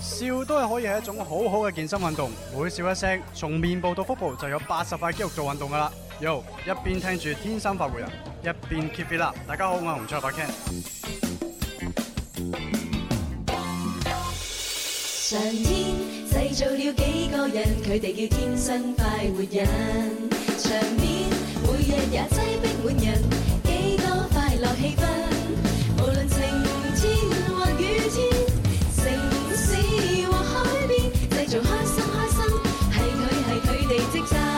笑都係可以係一種好好嘅健身運動，每笑一聲，從面部到腹部就有八十塊肌肉做運動噶啦。Yo，一邊聽住天生發回人，一邊 keep it up。大家好，我係洪卓發 Ken。上天製造了幾個人，佢哋叫天生快活人。場面每日也擠逼滿人，幾多快樂氣氛。無論晴天或雨天，城市或海邊，製造開心開心，係佢係佢哋職責。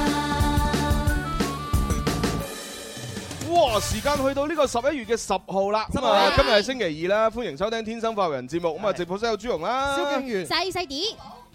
哇！時間去到呢個十一月嘅十號啦，咁啊，今日係星期二啦，歡迎收聽《天生發育人》節目。咁啊，直播室有朱容啦，哦蕭敬元，細細啲，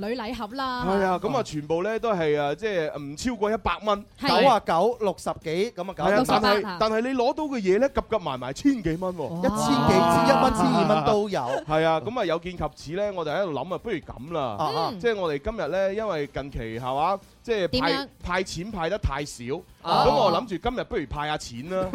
侶禮盒啦，係啊，咁啊，全部咧都係啊，即係唔超過一百蚊，係九啊九、六十幾咁係啊啊六九，十但八係啊但係你攞到嘅嘢咧，夾夾埋埋千幾蚊喎。一千幾至一蚊、千二蚊都有。係啊，咁啊有見及此咧，我就喺度諗啊，不如咁啦，啊即係我哋今日咧，因為近期係嘛，即係點派樣派錢派得太少，咁哦我諗住今日不如派下 錢啦，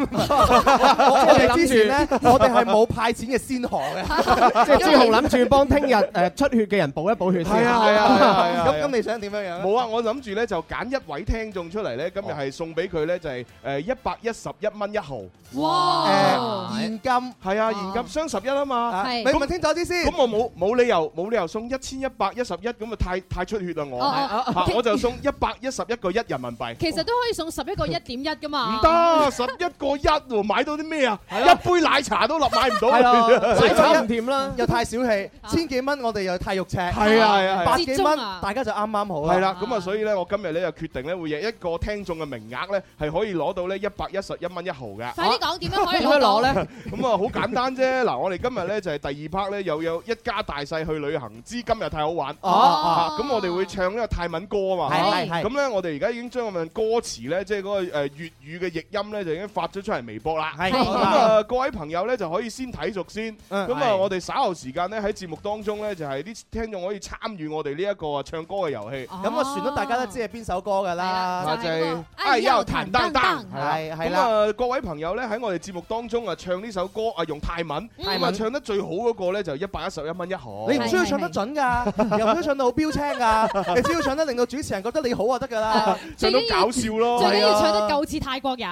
我哋之前 咧，我哋係冇派錢嘅先河 嘅。即係朱紅諗住幫聽日誒出血嘅人補一補血先。係啊係 啊係啊係啊，咁咁你想點樣樣咧？冇啊！我諗住咧就揀一位聽眾出嚟咧，今日係送俾佢咧就係誒一百一十一蚊一毫，哇，哦誒現金係啊，現金雙十一啊嘛。啊，係你問清楚啲先。咁我冇冇理由冇理由送一千一百一十一咁啊太太出血啦我，哦啊我就送一百一十一個一人民幣。其哦實都可以送十一個一點一噶嘛，唔得，十一個一喎，買到啲咩啊？一杯奶茶都立買唔到。係咯奶茶唔掂啦。又太小氣，千幾蚊我哋又太肉赤，啊係啊係啊係啊百幾折蚊中啊大家就啱啱好係啦。啦，咁啊，所以咧，我今日咧就決定咧，會有一個聽眾嘅名額咧，係可以攞到咧一百一十一蚊一毫嘅。啊快啲講點樣可以點樣攞咧？咧？咁啊，好簡單啫！嗱，我哋今日咧就係第二 part 咧，又有一家大細去旅行之今日太好玩。哦哦，啊咁我哋會唱呢個泰文歌啊嘛。係係係咁。咧，我哋而家已經將嗰份歌詞咧，即係嗰個誒呃粵語嘅譯音咧，就已經發咗出嚟微博啦。係係咁啊，各位朋友咧就可以先睇熟先。嗯咁啊，係我哋稍後時間咧喺節目當中咧，就係啲聽眾可以參與我哋呢一個啊唱歌嘅遊戲。咁我旋律大家都知係邊首歌㗎哦係啦啦，啊就係哎哎呀呀彈彈彈彈彈彈係係咁啦，啊，各位朋友咧喺我哋節目當中啊唱呢首歌啊用泰文，嗯泰咁啊文唱得最好嗰個咧就一百一十一蚊一毫。你唔需要唱得 準㗎，又唔需要唱到好標青㗎，你只要唱得令到主持人覺得你好就得㗎啦。唱到搞笑咯。最緊係啊要唱得夠似泰國人，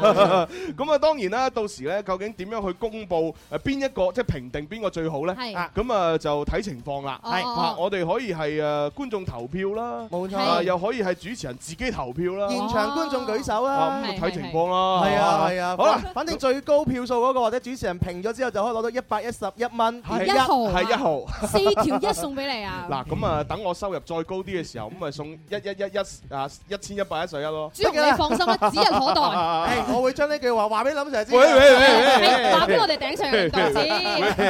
咁啊，當然啦，到時咧究竟點樣去公佈誒邊一個即係評定邊個最好咧？係啊咁啊就睇情況啦。哦係哦啊，我哋可以係誒觀眾投票啦，冇錯，啊係又可以係主持人自己投票啦。現場觀眾舉手啊啦咁。係就睇情況啦。係啊係啊，好啦，反正最高票數嗰個或者主持人評咗之後就可以攞到一百一十一蚊係一毫啊係一毫。四條一送俾你啊！嗱咁啊，等我收入再高啲嘅時候，咁咪送一一一一啊一千一百一十一咯。朱 紅你放心啦，指日 可待。誒，我會將呢句話話俾林 Sir 知。喂喂 喂係話喂俾喂我！哋頂上嘅領導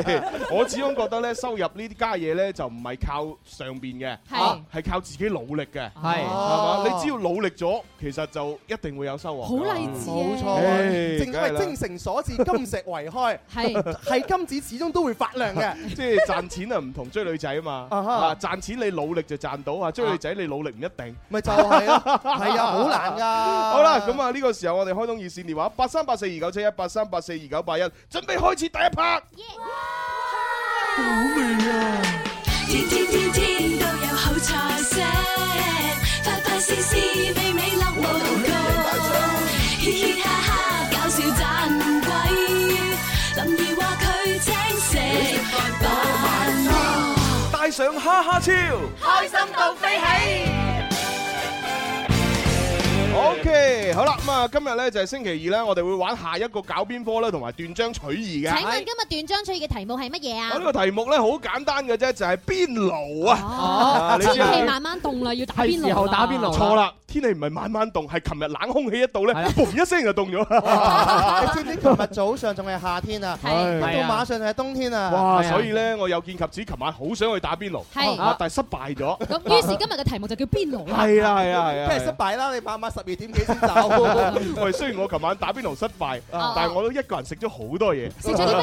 知，我始終覺得咧，收入呢啲家嘢咧就唔係靠上邊嘅，啊係係靠自己努力嘅。係係哦嘛？你只要努力咗，其實就一定會有收穫。好勵志冇錯啊！啊，唉正因哎梗係啦為精誠所至，金石為開，係係金子始終都會發亮嘅。 即係賺錢啊，唔同追女仔啊嘛。啊哈啊，賺錢你努力就賺到啊，追女仔你努力唔一定。咪就係咯，係啊，好難噶。好啦，咁啊呢個時候我哋開通熱線電話八三八四二九七一八三八四二九八一，準備開始第一 part。天天天天都有好菜色，快快事事美美樂無窮，嘻嘻哈哈搞笑盞鬼，林兒話佢請食飯咯。帶上哈哈超，開心到飛起。 OK，好啦，咁啊今日咧就係星期二咧，我哋會玩下一個搞邊科啦，同埋斷章取義請嘅。問今日斷章取義嘅題目係乜嘢我啊？呢個題目咧好簡單嘅啫，就係邊爐啊。哦啊，你知天啊氣慢慢凍啦，要打邊係時爐候啦打邊爐錯啦，天氣唔係晚晚凍，係琴日冷空氣一到咧，係啊嘣一聲就凍咗。啊你知唔知琴日早上仲係夏天 啊？係到係啊晚上就係冬天啊！哇！係啊所以咧，我有見及此，琴晚好想去打邊爐，係啊但係失敗咗。咁於是今日嘅題目就叫邊爐啦。係啊係啊係梗啊！係失敗啦！你晚晚十二點幾 先走？喂，雖然我琴晚打邊爐失敗，哦但係我都一個人食咗好多嘢。食咗啲乜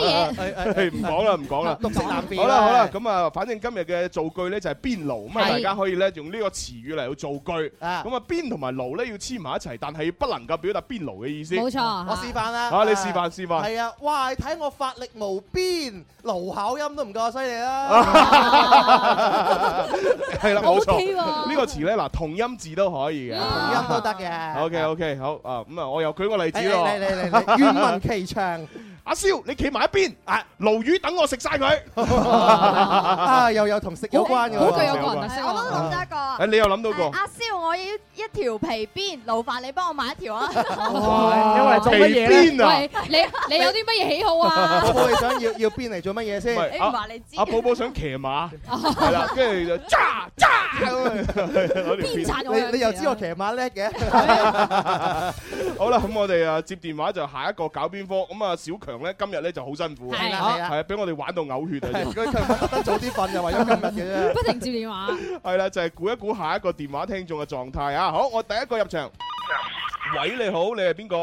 誒嘢？唔講啦，唔講啦。綠色藍變。好啦好啦，咁啊，反正今日嘅造句咧就係邊爐，咁啊係大家可以咧用呢個詞語嚟到造句。啊，咁啊，邊同埋爐咧要黐埋一齊，但係不能夠表達邊爐嘅意思。冇錯，我示範啦。啊，你示範示範。係啊，哇！你睇我法力無邊，盧口音都唔夠我犀利啊啦。係啦，冇錯。 OK 喎呢個詞咧，嗱，同音字都可以嘅。同音都得嘅。 OK OK，好啊，咁啊，我又舉個例子嚟咯。嚟嚟嚟嚟，願聞其詳 阿蕭，你企埋一邊，啊，鱸魚等我食晒佢。啊！又有同食啊有啊關嘅喎。好具有個人特色我都喎。諗咗一個。誒，你又諗到個阿蕭，我要一條皮鞭，勞煩你幫我買一條啊！哦皮邊啊？喂，你你有啲乜嘢喜好 啊？我哋想要要邊嚟做乜嘢先？喂你唔阿話你知阿，寶寶想騎馬，係啦，跟住就揸揸咁啊攞條鞭。邊贊我兩你你又次知我 啊騎馬叻嘅？好啦，咁我哋啊接電話就下一個搞邊科。咁啊，小強咧今日咧就好辛苦啊，係係啦係啦係係啦，啊，俾我哋玩到嘔血啊！佢佢特登早啲瞓又為咗今日嘅啫。不停接電話，係啦，就係估一估下一個電話聽眾嘅狀態啊！好，我第一個入場。喂，你好，你係邊個？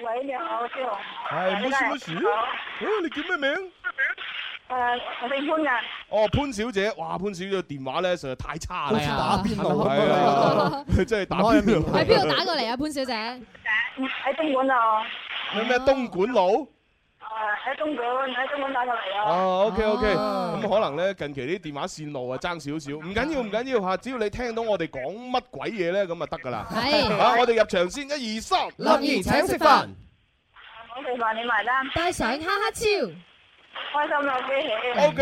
喂，你好，師傅。係冇事冇事。哦你叫咩名？誒，我姓潘嘅，哦，潘小姐，哇，潘小姐嘅電話咧實在太差啦，係啊打邊爐咁係樣。啊，真係打邊爐。喺邊度打過嚟啊，潘小姐？喺東莞啊，咩咩東莞誒路？喺東莞喺東莞打過嚟啊。哦，OK OK，哦咁可能咧近期啲電話線路啊爭少少，唔緊要唔緊要嚇，只要你聽到我哋講乜鬼嘢咧，咁就得㗎啦。係啊，我哋入場先，一二三，林兒請食飯，我哋話你埋單，帶上哈哈超，開心啊，恭喜！ OK。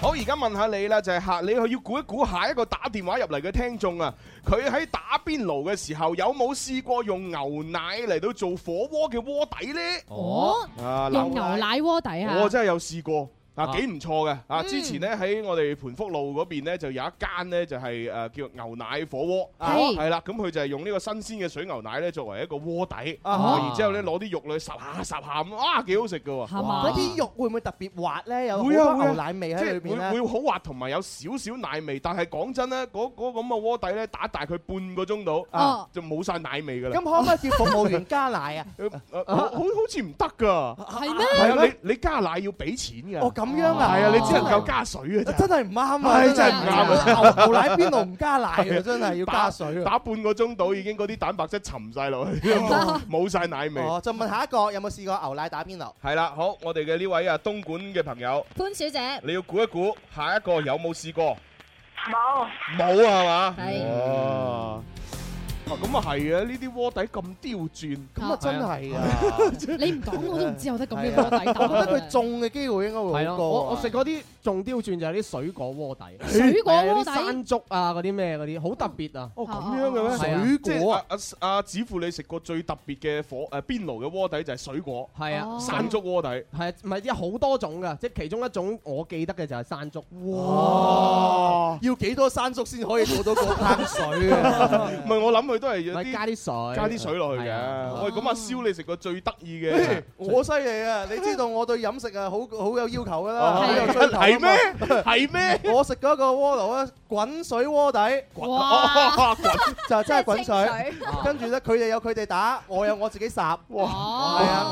好，而家問下你啦，就係、客，你要估一估下一個打電話入嚟嘅聽眾啊，佢喺打邊爐嘅時候有冇試過用牛奶嚟到做火鍋嘅鍋底呢？哦，啊，用嗱牛奶鍋底啊，我真係有試過。啊，啊幾唔錯嘅啊！嗯之前呢，喺我哋盤福路嗰邊呢，就有一間呢，就係誒叫牛奶火鍋，啊啊係係啦，咁佢就係用呢個新鮮嘅水牛奶呢，作為一個鍋底，啊然之後呢，攞啲肉嚟烚下烚下咁，啊幾好食㗎喎！係嘛嗰？啲肉會唔會特別滑咧？有好會啊多會啊牛奶味即喺係裏邊會咧。會好滑同埋有少少奶味，但係講真咧，嗰嗰咁嘅鍋底咧打大佢半個鐘度，哦，就冇晒奶味㗎啦啊咁。可唔可以叫服務員加奶啊？咁呃好好好似唔得㗎，係咩？係啊！你你加奶要俾錢㗎，哦，係咁樣啊？啊！你只能夠加水㗎咋。真係唔啱啊！係真係唔啱啱。牛奶邊度唔加奶啊？真係要加水啊！打半個鐘到已經嗰啲蛋白質沉晒落 去，冇冇晒奶味。哦，就問下一個有冇試過牛奶打邊爐？係啦，好，我哋嘅呢位啊東莞嘅朋 友，潘小姐，你要估一估下一個有冇試過？冇，冇啊，係係嘛？哦，啊咁啊係啊，呢啲鍋底咁刁鑽。咁啊，真 係啊！你唔講我都唔知有得咁嘅鍋底打。我覺得佢中嘅機會應該係會咯，好我高我啊食嗰啲仲刁鑽就係啲水果鍋底，水果有鍋啲底，山竹啊嗰啲咩嗰啲，好特別啊！哦，咁樣嘅咩？係啊即係阿阿阿子富，你食過最特別嘅火誒邊爐嘅鍋底就係水果係啊，哦山竹鍋底。係啊唔係有好多種㗎，即係其中一種我記得嘅就係山竹。哇！要幾多山竹先可以做到嗰 坑水啊？ 唔係我諗佢都係有咪啲加啲水，加啲水落去係啊嘅。喂，咁阿蕭，你食過最得意嘅嘿？我犀利啊！你知道我對飲食啊好好有要求噶啦，哦好有追求啊係嘛咩？？係咩？我食嗰個鍋爐咧，滾水鍋底哇！就真係滾水，水，跟住咧佢哋有佢哋打，我有我自己烚，係啊，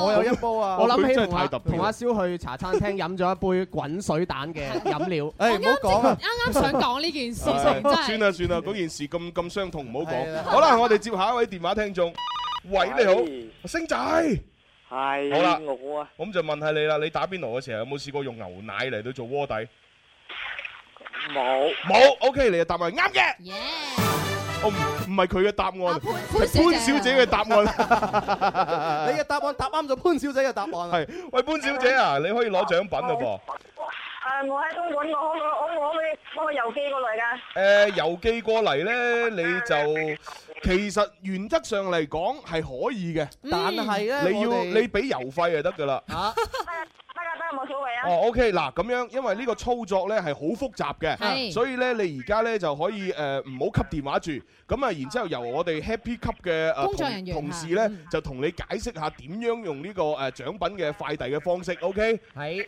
哦，我有一煲啊，，我諗佢起真係同太阿特別啦同阿蕭去茶餐廳飲咗一杯滾水蛋嘅飲料 誒唔好講啊，啱啱想講呢件事情真係。算啦算啦，嗰件事咁咁傷痛，唔好係啊講。啦好啦，我哋接下一位電話聽眾。喂，你好，星仔。係好啦我啊，咁就問下你啦，你打邊爐嘅時候有冇試過用牛奶嚟到做鍋底？冇，冇。OK，你嘅答案係啱嘅。耶！哦，唔唔係佢嘅答案，阿係潘潘小姐，潘小姐嘅答案。你嘅答案答啱咗潘小姐嘅答案啊，係，喂，潘小姐啊，你可以攞獎品咯誒我喺東莞，我可我我可唔可以幫我郵寄過嚟㗎？噃。誒，郵寄過嚟咧，你就其實原則上嚟講係可以嘅，但係咧你我要哋你俾郵費就得㗎啦。得啊得啊，冇所謂啊。哦，OK，嗱咁樣，因為呢個操作呢係好複雜嘅，係所以呢，你而家呢就可以誒唔好吸電話住，咁啊，然之後由我哋 Happy 級嘅誒工作人員同同事嚇呢嗯，就同你解釋下點樣用呢個誒獎品嘅快遞嘅方式，OK？係係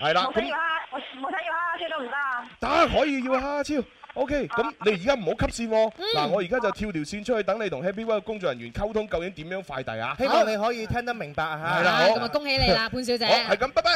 係啦冇咁睇要蝦，我冇睇要蝦先得唔得啊？得可以要啊，超。OK，咁你而家唔好吸線喎。嗱，我而家就跳條線出去，等你同 Happy Web 工作人員溝通究竟點樣快遞啊。希望你可以聽得明白嚇。係啦啊好咁啊，恭喜你啦，潘小姐。好，係咁，拜拜。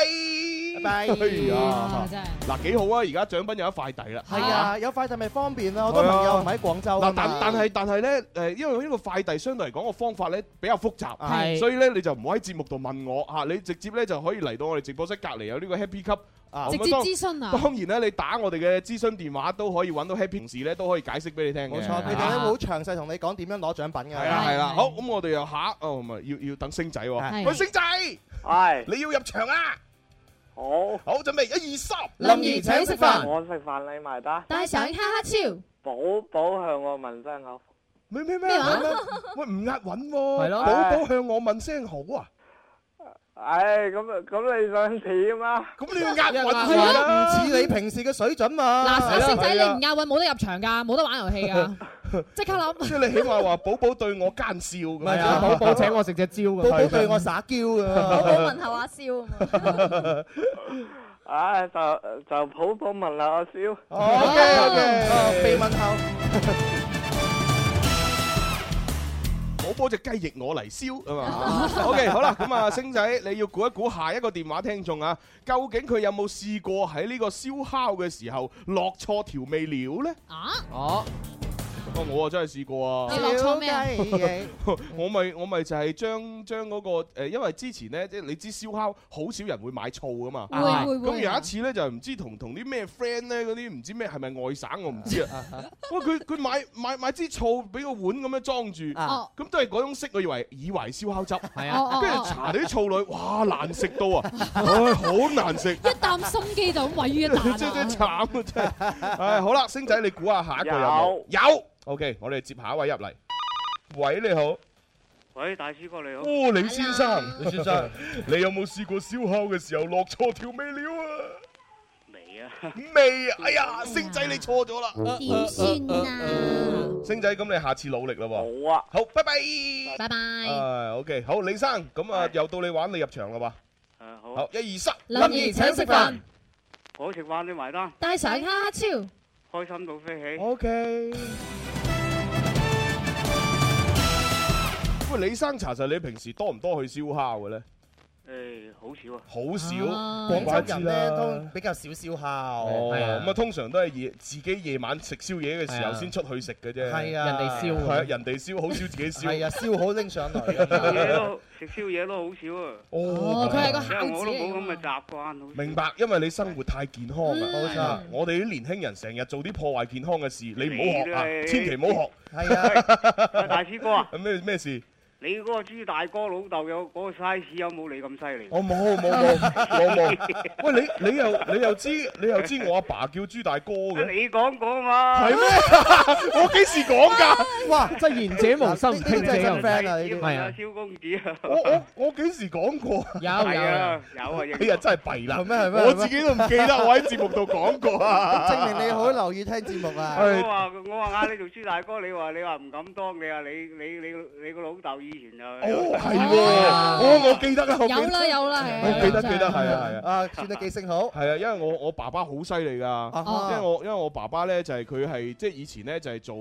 拜拜哎呀啊，真係。嗱，幾好啊！而家獎品有得快遞啦。係啊，有快遞咪方便啦，好多朋友唔喺廣州嗱啊，但嘛。但係但係咧，誒，因為呢個快遞相對嚟講個方法咧比較複雜，係所以咧你就唔好喺節目度問我嚇，你直接咧就可以嚟到我哋直播室隔離有呢個 Happy Cup 啊。直咁啊接當諮詢啊！當然咧，你打我哋嘅諮詢電話都可以揾到 Happy 同事咧，都可以解釋俾你聽嘅。啊冇錯，佢哋咧會好詳細同你講點樣攞獎品㗎。嗯係啦啊係啦，係好咁我哋又下哦唔係要要等星仔喎，係喂星仔係，你要入場啦，好，好準備一二三，林兒請食飯，我食飯你埋單。帶上哈哈超，寶寶向我問聲 好，咩咩咩咩話咩喂唔押韻喎，係咯寶寶向我問聲好啊，唉，咁啊咁你想點啊？咁你要押韻押先韻啦 唔似你平時嘅水準嘛。嗱，阿星仔係啊你唔押韻冇得入場㗎，冇得玩遊戲 㗎，即刻諗。即係你起碼話寶寶對我奸笑咁係樣啊，寶寶請我食隻蕉咁。寶寶對我撒嬌寶寶啊！問候阿蕭啊嘛。唉，就就寶寶問下阿蕭， OK OK，啊被問候，寶寶只雞翼我嚟燒啊嘛。OK Ờ. 好啦，咁啊星仔你要估一估下一個電話聽眾啊，究竟佢有冇試過喺呢個燒烤嘅時候落錯調味料咧？啊，哦，啊我啊真係試過啊你。落錯咩啊小雞翼 我咪我咪就係將將嗰個、呃、因為之前咧，即係你知燒烤好少人會買醋噶嘛。會會咁會。有一次咧，就唔知同同啲咩 friend 咧，嗰啲唔知咩係咪外省，我唔知啊。喂，佢佢買買買支醋，俾個碗咁樣裝住，啊！哦咁都係嗰種色，我以為以為燒烤汁，係哦啊，哦跟住哦，搽啲醋落去，哇難食到啊，唉好難食，一啖心機就咁毀於一真旦真係啊！慘啊真係。唉好啦，星仔你估下下一個有冇？有，OK，我哋接下一位入嚟。喂，你好。喂，大師哥你好，哦，李先生，李先生， 你有冇試過燒烤嘅時候落錯調味料 啊？未啊？未啊！哎呀，星仔你錯咗啦，點算啊？星仔咁你下次努力啦喎。冇啊，好，拜拜。拜拜。唉 o k 好，李生，咁啊係又到你玩，你入場啦誒喎。好，啊好，一二三，林兒請食飯，我食飯你埋單，帶上哈哈超。開心到飛起。 ，OK。喂，李生，查實你平時多唔多去燒烤嘅咧？誒，好少啊，好少，啊唔怪廣之州啦人咧都比較少燒烤，哦，係啊咁啊，通常都係夜自己夜晚食宵夜嘅時候係啊先出去食嘅啫。係啊，人哋燒係啊，嘅。人哋燒好少自己係燒。啊啊，燒好 拎上來宵夜㗎。都食宵夜都好少啊，哦，佢係個因為孝我子都冇咁嘅嚟㗎嘛。習慣。好少明白，因為你生活太健康啦。嗯冇錯啊我哋啲年輕人成日做啲破壞健康嘅事，你唔好學啊你，千祈唔好學。係啊，喂大師哥啊， 咩咩事？你嗰個朱大哥老豆有嗰個 size 有冇你咁犀利？哦我冇冇冇 冇冇。喂，你你又你又知你又知我阿爸叫朱大哥嘅，你講過嘛？係咩？ 我幾時講 㗎？哇，真係言者無心，呢唔啲聽真係真者 friend 啊！呢啲係啊蕭公子啊，我我我幾時講過？有係有有。啊，有啊，哎呀，真係弊啦係！咩係咩？我自己都唔記得我喺節目度講過啊。 證明你好留意聽節目啊！我話我話嗌你做朱大哥，你話你話唔敢當，你話你你你你個老豆以前就哦，係喎，啊哦，我記得啦，我記有得，啦有啦，係啊我記得真記得，係啊係啊。啊，算你記性好。係啊，因為我我爸爸好犀利㗎，啊哦因為我因為我爸爸咧就係佢係即係以前咧就係做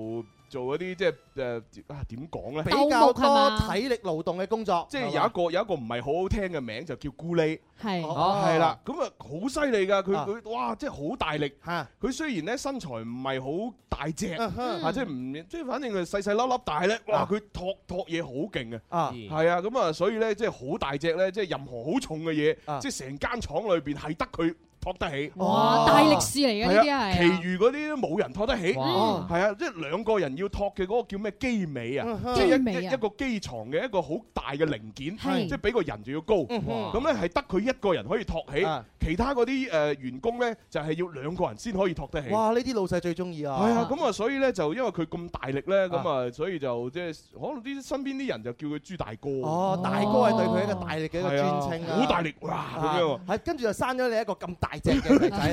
做嗰啲即係誒啊點講咧，比較多體力勞動嘅工作，即係有一個有一個唔係好好聽嘅名就叫咕喱，係哦係啦，咁啊好犀利㗎，佢啊佢哇即係好大力，嚇，佢雖然咧身材唔係好大隻嗯哼啊，即係唔即係反正佢細細粒粒，但係咧哇啊佢托托嘢好勁嘅。啊係啊，咁啊，所以咧，即係好大隻咧，即係任何好重嘅嘢啊，即係成間廠裏邊係得佢托得起。哇，大力士嚟嘅呢係啊，啲其係啊，餘嗰啲都冇人托得起。哇！係啊，即係兩個人要托嘅嗰個叫咩機尾啊？Uh-huh 即係基一尾一啊一，個機床嘅一個好大嘅零件，係即係比個人就要高。Uh-huh 哇咁咧係得佢一個人可以托起，啊其他嗰啲誒員工咧就係要兩個人先可以托得起。哇！呢啲老細最中意啊，係啊，咁啊，所以咧就因為佢咁大力咧，咁啊，所以就即係可能啲身邊啲人就叫佢豬大哥。哦，大哥係對佢一個大力嘅一個係啊尊稱啊，好大力哇咁樣喎。係跟住就生咗你一個咁大隻嘅女仔 啊！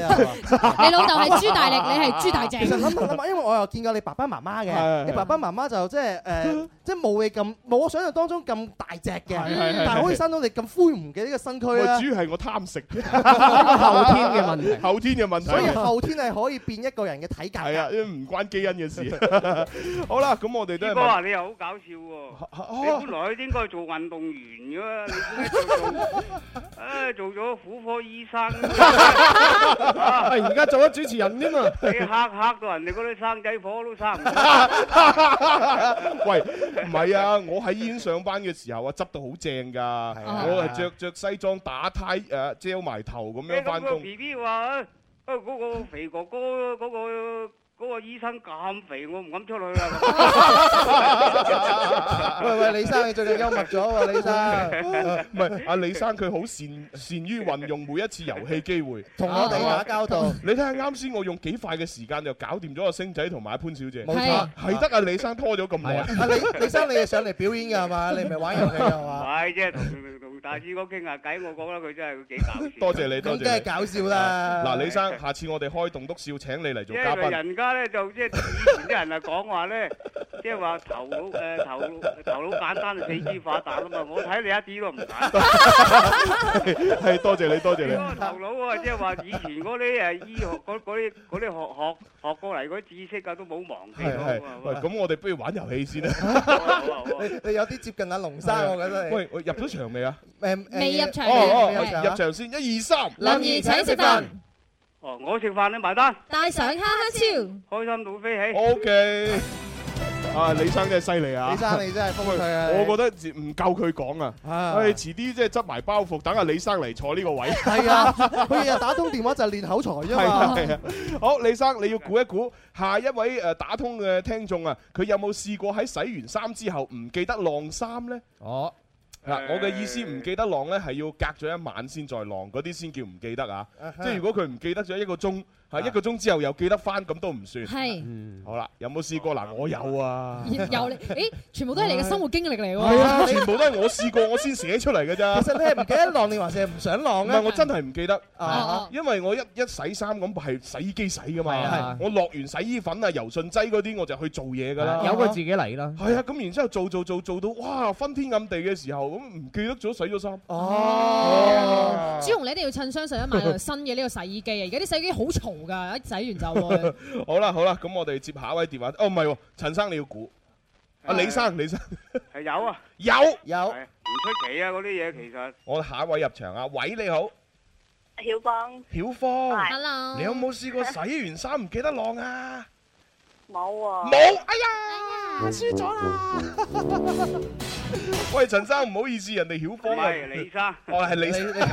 你老豆係豬大力，你係豬大隻其，實諗下諗下，因為我又見過你爸爸媽媽係嘅，你爸爸媽媽就 即係誒，即係冇你咁冇我想象當中咁大隻嘅，係係係但係可以生到你咁灰梧嘅呢個身喂軀啦主，要係我貪 食，後天嘅問題。後天嘅問題。所以後天係可以變一個人嘅體格係啊，㗎。因為唔關基因嘅事。 好啦，咁我哋都係朱哥問。啊，你又好搞笑喎！哦你本來應該做運動員噶嘛，你點解做做啊做咗婦科醫生？ 啊喂，而家做咗主持人 添啊！ 你嚇嚇到人哋嗰啲生仔火都生唔出。喂，唔係啊！我喺醫院上班嘅時候啊，執到好正㗎，啊我係着着西裝打呔誒，遮埋頭咁你樣咁翻個工。 B B 話啊，啊嗰個肥哥哥嗰個嗰個醫生咁肥，我唔敢出去啦。喂喂，李生你最近幽默咗喎，李生唔係阿李生佢好善善於運用每一次遊戲機會。啊同我哋打交道，你睇下啱先，我用幾快嘅時間就搞掂咗阿星仔同埋阿潘小姐，冇錯。係得阿李生拖咗咁耐。啊李李生你係上嚟表演㗎係嘛？你唔係玩遊戲㗎係嘛？係啫，同同大師哥傾下偈，我覺得佢真係幾搞笑。多謝你，咁多梗謝係你。搞笑啦！嗱，李生，下次我哋開棟篤笑請你嚟做因嘉為賓。人家咧就即係以前啲人啊講話咧，即係話頭腦誒頭腦頭腦簡單就四肢發達啊嘛，我睇你一啲都唔簡單。 係多謝你，多謝你嗰你。個頭腦啊，即係話以前嗰啲誒醫學嗰嗰啲嗰啲學學學過嚟嗰啲知識啊，都冇忘記係係到啊，喂，嘛。咁我哋不如玩遊戲先啦。好啊好啊好啊你你有啲接近阿龍 生，我覺得你喂，我入咗場未啊？誒誒未入場哦哦未入哦，場嘅，入場先，一二三。林兒請食飯，哦，我食飯你埋單，帶上哈哈超，開心到飛起。 O K。啊，李生真係犀利啊！李生你真係封佢啊！我覺得唔夠佢講啊！啊唉，遲啲即係執埋包袱，等阿李生嚟坐呢個位。係啊，佢日日打通電話就係練口才啫係啊嘛。係啊，好，李生你要估一估下一位誒打通嘅聽眾啊，佢有冇試過喺洗完衫之後唔記得晾衫呢？哦，嗱，我嘅意思唔記得晾呢，係要隔咗一晚先再晾，嗰啲先叫唔記得啊。即係如果佢唔記得咗一個鐘，啊係一個鐘之後又記得翻，咁都唔算。係好啦，有冇試過嗱？我有啊，有你，誒，全部都係你嘅生活經歷嚟係喎，啊，全你部都係我試過，我先寫出嚟嘅咋。其實你係唔記得浪，你還是係唔想浪唔係咧？我真係唔記得。哦因為我一一洗衫咁係洗衣機洗噶係嘛啊，我落完洗衣粉啊、柔順劑嗰啲我就去做嘢噶啦。有佢自己嚟啦。係啊，咁然之後做做做做到哇昏天暗地嘅時候，咁唔記得咗洗咗衫。哦， 朱紅你一定要趁雙十一買台新嘅呢個洗衣機啊！而家啲洗衣機好嘈㗎，一洗完就 喎 好啦好啦，咁我哋接下一位電話。哦，唔係喎，陳生你要估。阿李生，李生 係有啊，有，係有唔出奇啊嗰啲嘢其實。我哋下一位入場啊。喂，你好，曉邦曉芳，係，hello，你有冇試過洗完衫唔記得晾啊？冇冇喎，，哎呀，輸咗啦！喂，陳生，唔好意思，人哋曉唔芳啊，係李生， 哦係你李你生。你特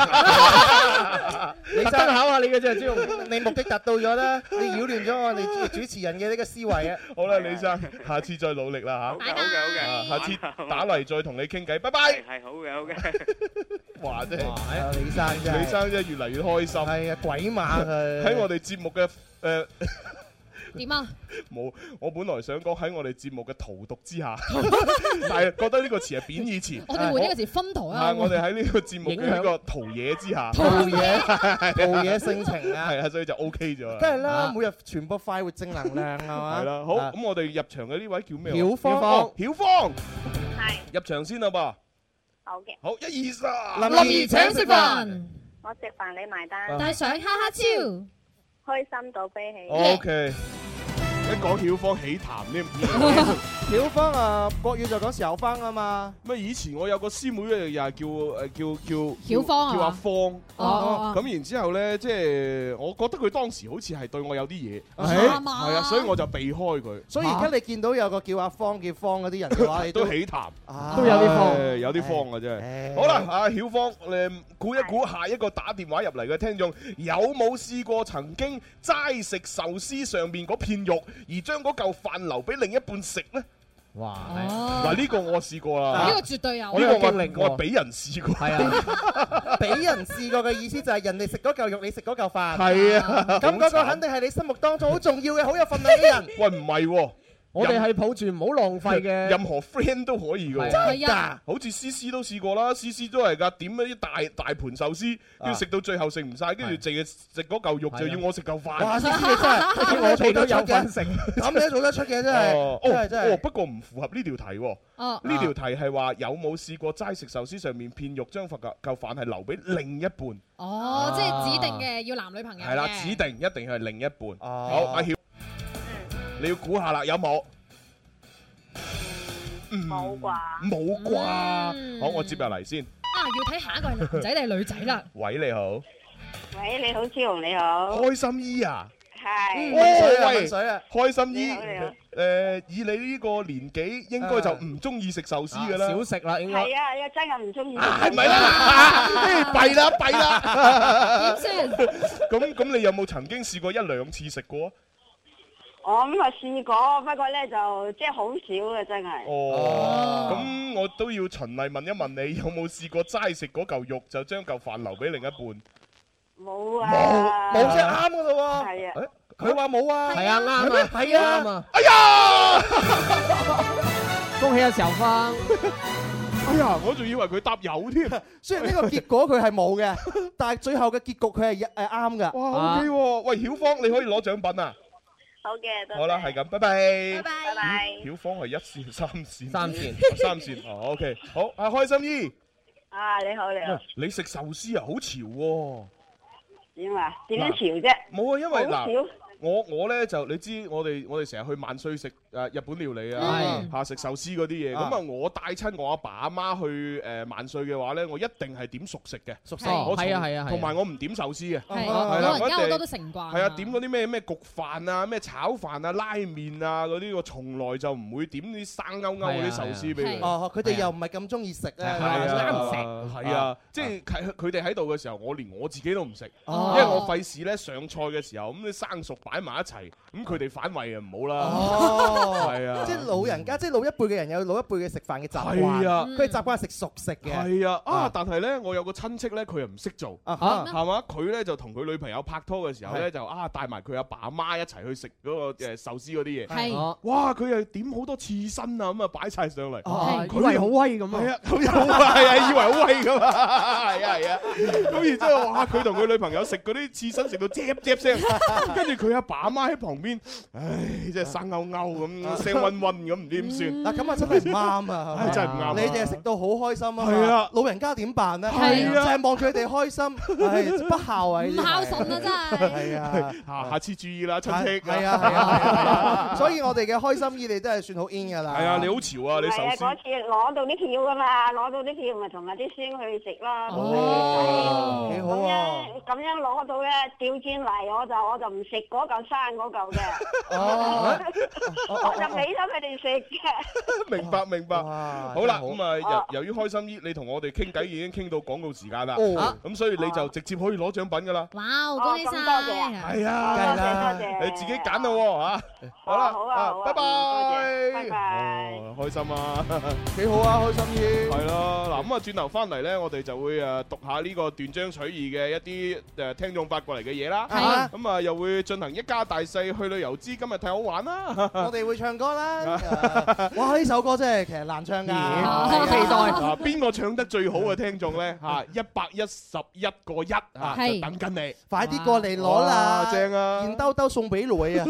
登真考下你嘅啫，朱紅。你目的達到咗啦，你擾亂咗 我哋主持人嘅呢個思維啊！好啦，李生， 下次再努力啦好吓嘅好嘅好啊，下嘅，次打嚟再同你傾偈，拜拜係。係好嘅好嘅。哇，真係啊李生真李係，生真係越嚟越開心。係啊，鬼馬佢喺我哋節目嘅誒 點啊？冇，我本來想講喺我哋節目嘅荼毒之 下，但係覺得呢個詞係貶義詞。我哋換一個詞分圖啊啊！！我哋喺呢個節目嘅呢個陶冶之下，做嘢做嘢性情啊，係啊，所以就 OK 咗梗啦。係啦，每日傳播快活正能量啊係嘛？啊 係啦，好咁，我哋入場嘅呢位叫咩話？曉芳哦曉芳係入場先啦噃。好嘅，好，一二三，林林兒請食飯，我食飯你埋單，帶上哈哈超，開心到飛起。 O K，一講曉芳起痰添，小芳啊，國語就講小芳啊嘛。咩？以前我有個師妹咧，又係叫誒叫叫曉芳啊叫阿芳。哦咁然之後咧，即係我覺得佢當時好似係對我有啲嘢，啱啊係啊，所以我就避開佢，所以而家你見到有個叫阿芳、叫芳嗰啲人 嘅話，你啊都起談，都有啲方慌唉有啲慌啊真係。好啦，，阿曉芳，誒估一估下一個打電話入嚟嘅聽眾有冇試過曾經齋食壽司上面嗰片肉，而將嗰嚿飯留俾另一半食呢？哇！嗱哦，呢個我試過啦，呢呢個絕對呢。有個個經歷我過我俾人試過，係 啊，俾人試過嘅意思就係人哋食嗰嚿肉，你食嗰嚿飯。係啊，咁嗰好個慘肯定係你心目當中好重要嘅、好有份量嘅人。喂唔係喎，我哋係抱住唔好浪費嘅任何 friend 都可以㗎喎係。啊係啊，好似思思都試過啦，思思都係㗎，點嗰啲大大盤壽司，啊跟住食到最後食唔晒，跟住淨係食嗰嚿肉，係啊就要我食嚿 哇！飯。呢啲 真 係，我哋都有份食，咁你都做得出嘅真哦係，真係哦真哦，係。不過唔符合呢條題喎。哦，呢條題係話有冇試過齋食壽司上面片肉，將份嚿嚿飯係留俾另一半？哦，即係指定嘅要男女朋友啊係啦，嘅指定一定係另一半。好，哦阿曉，你要估下啦，有冇？嗯冇啩冇嗯啩？好，我接入嚟先。啊，要睇下一個係男仔定係女仔啦。喂，你好， 喂，你好，朱紅你好，開心姨啊！係哦溫水啊，喂溫水啊！開心姨你好你好，誒以你呢個年紀，應該就唔中意食壽司啊㗎啦少。食啦，應該係啊，真係唔中意。啊係咪 啦？啊弊啦弊啦！點先？咁咁，你有冇曾經試過一兩次食過啊？我咁啊試過，不過咧就即係好少嘅，真係。哦，咁我都要循例問一問你，有冇試過齋食嗰嚿肉就將嚿飯留俾另一半？冇啊，冇先啱噶咯喎，係啊，佢話冇啊，係啊，啱啊，係啊啱啊，哎呀，恭喜阿小芳，哎呀，我仲以為佢答有添，雖然呢個結果佢係冇 嘅，但係最後嘅結局佢係誒啱㗎。哇，OK 喎，喂，曉芳，你可以攞獎品啊！好嘅，多謝好啦，係咁，拜拜。拜拜。曉芳係一線、三線、三線哦、三線哦，OK，好，阿開心姨，啊，你好你好，你食壽司啊，好潮喎！點啊？點樣潮啫？冇啊，因為好嗱。少。我我咧就你知我哋我哋成日去萬歲食誒日本料理啊，係嚇食壽司嗰啲嘢。啊咁啊，我帶親我阿爸阿媽去誒萬歲嘅話咧，我一定係點熟食嘅，熟食係我從係啊係啊係啊同埋我唔點壽司嘅。係啊係啦老人家我一好定多都成慣。係啊，點嗰啲咩咩焗飯啊、咩炒飯啊、拉麵啊嗰啲，我從來就唔會點啲生勾勾嗰啲壽司俾佢係。哦，佢哋又唔係咁中意食係啊，係啊啊，係啊，即係佢佢哋喺度嘅時候，我連我自己都唔食，因哦為我費事咧上菜嘅時候咁你生熟擺埋一齊，咁佢哋反胃啊唔好啦。哦，係啊即係老人家，即係老一輩嘅人有老一輩嘅食飯嘅習慣，係啊，佢哋習慣係食熟食嘅。係啊，啊啊！但係咧，我有個親戚咧，佢又唔識做，啊啊哈係嘛？佢咧就同佢女朋友拍拖嘅時候咧，係就啊帶埋佢阿爸阿媽一齊去食嗰個誒壽司嗰啲嘢。係哦哇！佢又點好多刺身啊，咁啊擺晒上嚟。哦係以為好威咁係啊，啊，咁又係啊， 以為好威噶嘛，係啊係啊，咁然之後哇，佢同佢女朋友食嗰啲刺身食到啫啫聲，跟住佢阿爸阿媽喺旁邊，唉，真係生勾勾咁，聲嗡嗡咁，唔知點算，嗱，咁啊真係唔啱啊！係唉咪真係唔啱啊。你哋係食到好開心啊嘛！係啊老人家點辦呢？係啊就係望住佢哋開心，唉不孝啊！唔呢啲孝係順啊，真係。係啊， 下下次注意啦，親係戚。係啊係啊係啊！所以我哋嘅開心意你都係算好 in 㗎啦。 係啊，你好潮啊，唔你係啊，壽司。嗰次攞到啲票噶嘛，攞到啲票咪同埋啲孫去食啦。哦幾咁好啊！樣咁樣攞到咧，調轉嚟我就我就唔食嗰嚿生嗰嚿嘅， 哦， 我就俾咗佢哋食 嘅。明白明白。哇好啦，真係咁啊啊由由於開心姨，你同我哋傾偈已經傾到廣告時間啦，哦咁所以你就直接可以攞獎品噶啦。哇，恭喜哦咁多謝晒！啊多係啊，梗謝係啦多謝，你自己揀咯喎嚇。好啦，好啊好啊拜嗯多謝拜，拜拜哦開心啊，幾好啊！開心意。係咯。嗱咁啊，轉頭翻嚟咧，我哋就會誒讀下呢個斷章取義嘅一啲誒聽眾發過嚟嘅嘢啦。係啊咁啊，又會進行一家大細去旅遊之今日睇好玩啦。我哋會唱歌啦。誒哇！呢首歌真係其實難唱㗎，好期待啊！邊個唱得最好嘅聽眾咧？嚇，一百一十一個一啊，係就等緊你。快啲過嚟攞啦！哇正啊現兜兜送俾 女啊！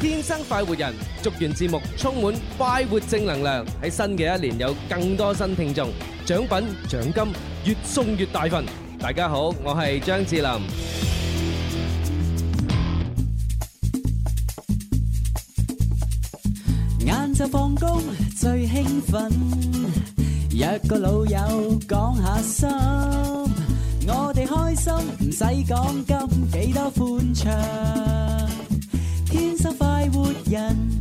天生快活人，祝願節目充滿快活正能量，喺新嘅一年有更多新聽眾，獎品獎金越送越大份。大家好，我係張智霖。眼就放工最興奮，約個老友講下心，我哋開心唔使講金，幾多歡暢，天生快活人。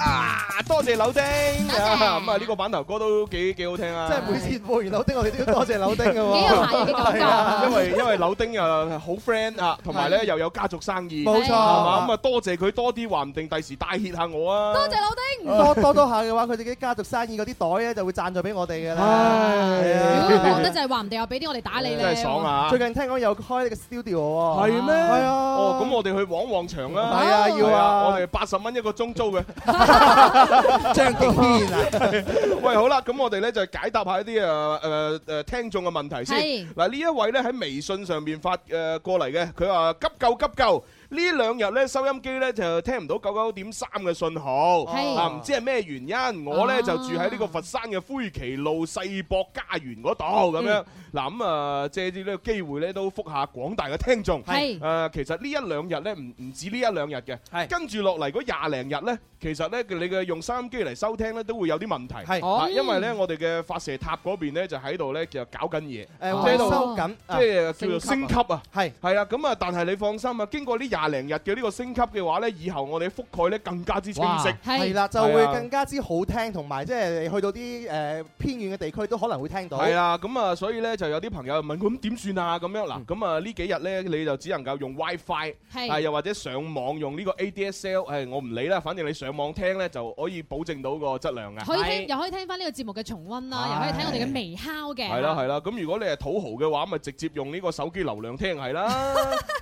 啊，多謝柳丁 啊！咁啊，呢個版頭歌都幾幾好聽啊！即係每次播完柳丁，啊我哋都要多謝柳丁嘅喎。幾有排嘅感覺啊因為因為柳丁啊好 friend 啊，同埋咧係又有家族生意，冇錯係嘛咁啊，多謝佢多啲，話唔定第時帶挈下我啊！多謝啊多多多下嘅話，佢哋啲家族生意嗰啲袋咧啊就會贊助俾我哋嘅啦。啊唉如果講得就係話唔定又俾啲我哋打你咧，啊真係爽啊最近聽講有開呢個 studio 喎。係咩？係啊。哦，咁我哋去旺旺場啦。係啊要啊係我哋八十蚊一個鐘租嘅。張敬 軒啊！喂，好啦，咁我哋咧就解答下一啲誒誒誒聽眾嘅問題先係。嗱，呢一位咧喺微信上面發誒過嚟嘅，佢話急救急救。呢兩日咧收音機咧就聽唔到九九點三嘅信號，係啊唔知係咩原因。我咧啊就住喺呢個佛山嘅灰旗路世博家園嗰度咁嗯樣。嗱咁啊，借住呢個機會咧都覆下廣大嘅聽眾。係誒，其實呢一兩日咧唔唔止呢一兩日嘅，跟住落嚟嗰廿零日咧，其實咧你嘅用收音機嚟收聽咧都會有啲問題。係啊哦因為咧我哋嘅發射塔嗰邊咧就喺度咧就搞緊嘢，誒即係喺維修度緊啊即係叫做升升級級啊。係係啊，咁啊，但係你放心啊，經過呢廿零日嘅呢個升級嘅話咧，以後我哋覆蓋咧更加之清晰。係啦，就會係啊更加之好聽，同埋即係去到啲誒偏遠嘅地區都可能會聽到。係啊，咁啊，所以咧就有啲朋友問咁點算啊咁樣嗱，咁啊呢幾日咧你就只能夠用 WiFi，係啊又或者上網用呢個 ADSL，誒我唔理啦，反正你上網聽咧就可以保證到個質量啊。可以聽，又可以聽翻呢個節目嘅重温啦，又可以睇我哋嘅微敲嘅。係啦係啦，咁如果你係土豪嘅話，咪直接用呢個手機流量聽係 啦，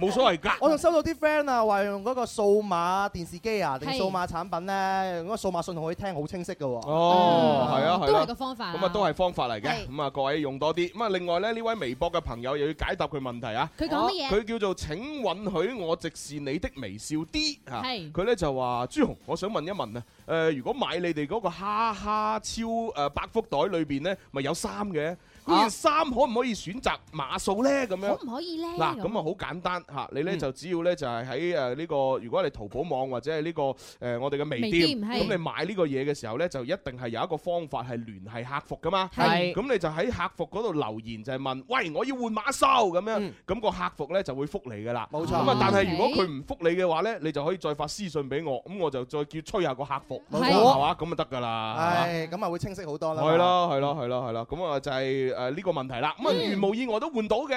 冇所謂㗎。我仲收到啲 friend 啊，話用嗰個數碼電視機啊，定係數碼產品咧，用嗰個數碼信號可以聽好清晰嘅喎。哦，係啊，係啊都係個方法啊咁啊，都係方法嚟嘅。咁啊，各位用多啲。咁啊，另外咧，呢位微博嘅朋友又要解答佢問題啊。佢講乜嘢佢叫做請允許我直視你的微笑啲嚇。係佢咧就話：朱紅，我想問一問啊，誒，如果買你哋嗰個哈哈超誒百福袋裏邊咧，咪有衫嘅？哦嗰件衫可唔可以選擇碼數咧？咁樣可唔可以咧？嗱，咁啊好簡單嚇，你咧就只要咧就係喺誒呢個，如果你淘寶網或者係呢個誒我哋嘅微微店，店係咁你買呢個嘢嘅時候咧，就一定係有一個方法係聯繫客服噶嘛。係咁你就喺客服嗰度留言就係問，喂，我要換碼數咁樣，咁個客服咧就會覆你噶啦。冇錯咁啊，但係如果 OK 佢唔覆你嘅話咧，你就可以再發私信俾我，咁我就再叫吹下個客服，冇錯係嘛？咁就得噶啦。係嘛唉，咁啊會清晰好多啦。係啦，係啦，係啦，係啦，咁啊就係誒呢個問題啦。咁啊，如無意外都換到嘅，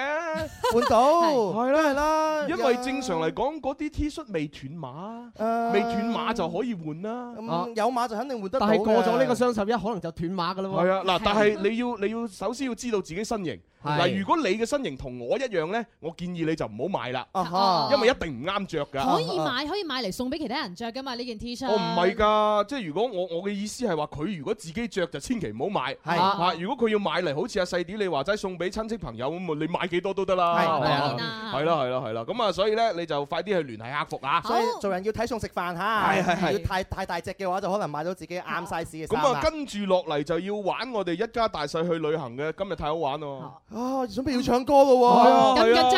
換到係啦，係啦。因為正常嚟講，嗰啲 T 恤未斷碼，誒未斷碼就可以換啦。啊嗯咁有碼就肯定換得到但嘅。係過咗呢個雙十一，可能就斷碼㗎啦喎。係啊，嗱，但係你要你要首先要知道自己身形。係嗱，如果你嘅身形同我一樣呢，我建議你就唔好買啦啊哈，因為一定唔啱着㗎。啊可以買，可以買嚟送俾其他人着噶嘛？呢件 T 恤。我唔係㗎，即係如果我我嘅意思係話，佢如果自己着就千祈唔好買。係啊，如果佢要買嚟，好似阿細啲你話齋送俾親戚朋友咁，你買幾多都得啦。係係當然啊，係啦係啦係啦，咁啊，所以咧你就快啲去聯繫客服啊。所以做人要睇餸食飯嚇，係係係要太太大隻嘅話，就可能買到自己啱 size 嘅咁衫啊，啦。跟住落嚟就要玩我哋一家大細去旅行嘅，今日太好玩咯。啊，準備要唱歌咯係啊喎！係啊啊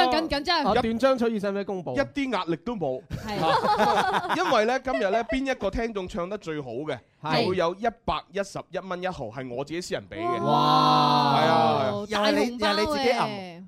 一斷章取義使唔使公佈？一啲壓力都冇，啊 因為咧今日咧邊一個聽眾唱得最好嘅，係就會有一百一十一蚊一毫係我自己私人俾嘅。哇係啊，係啊又係你又係你自己揞。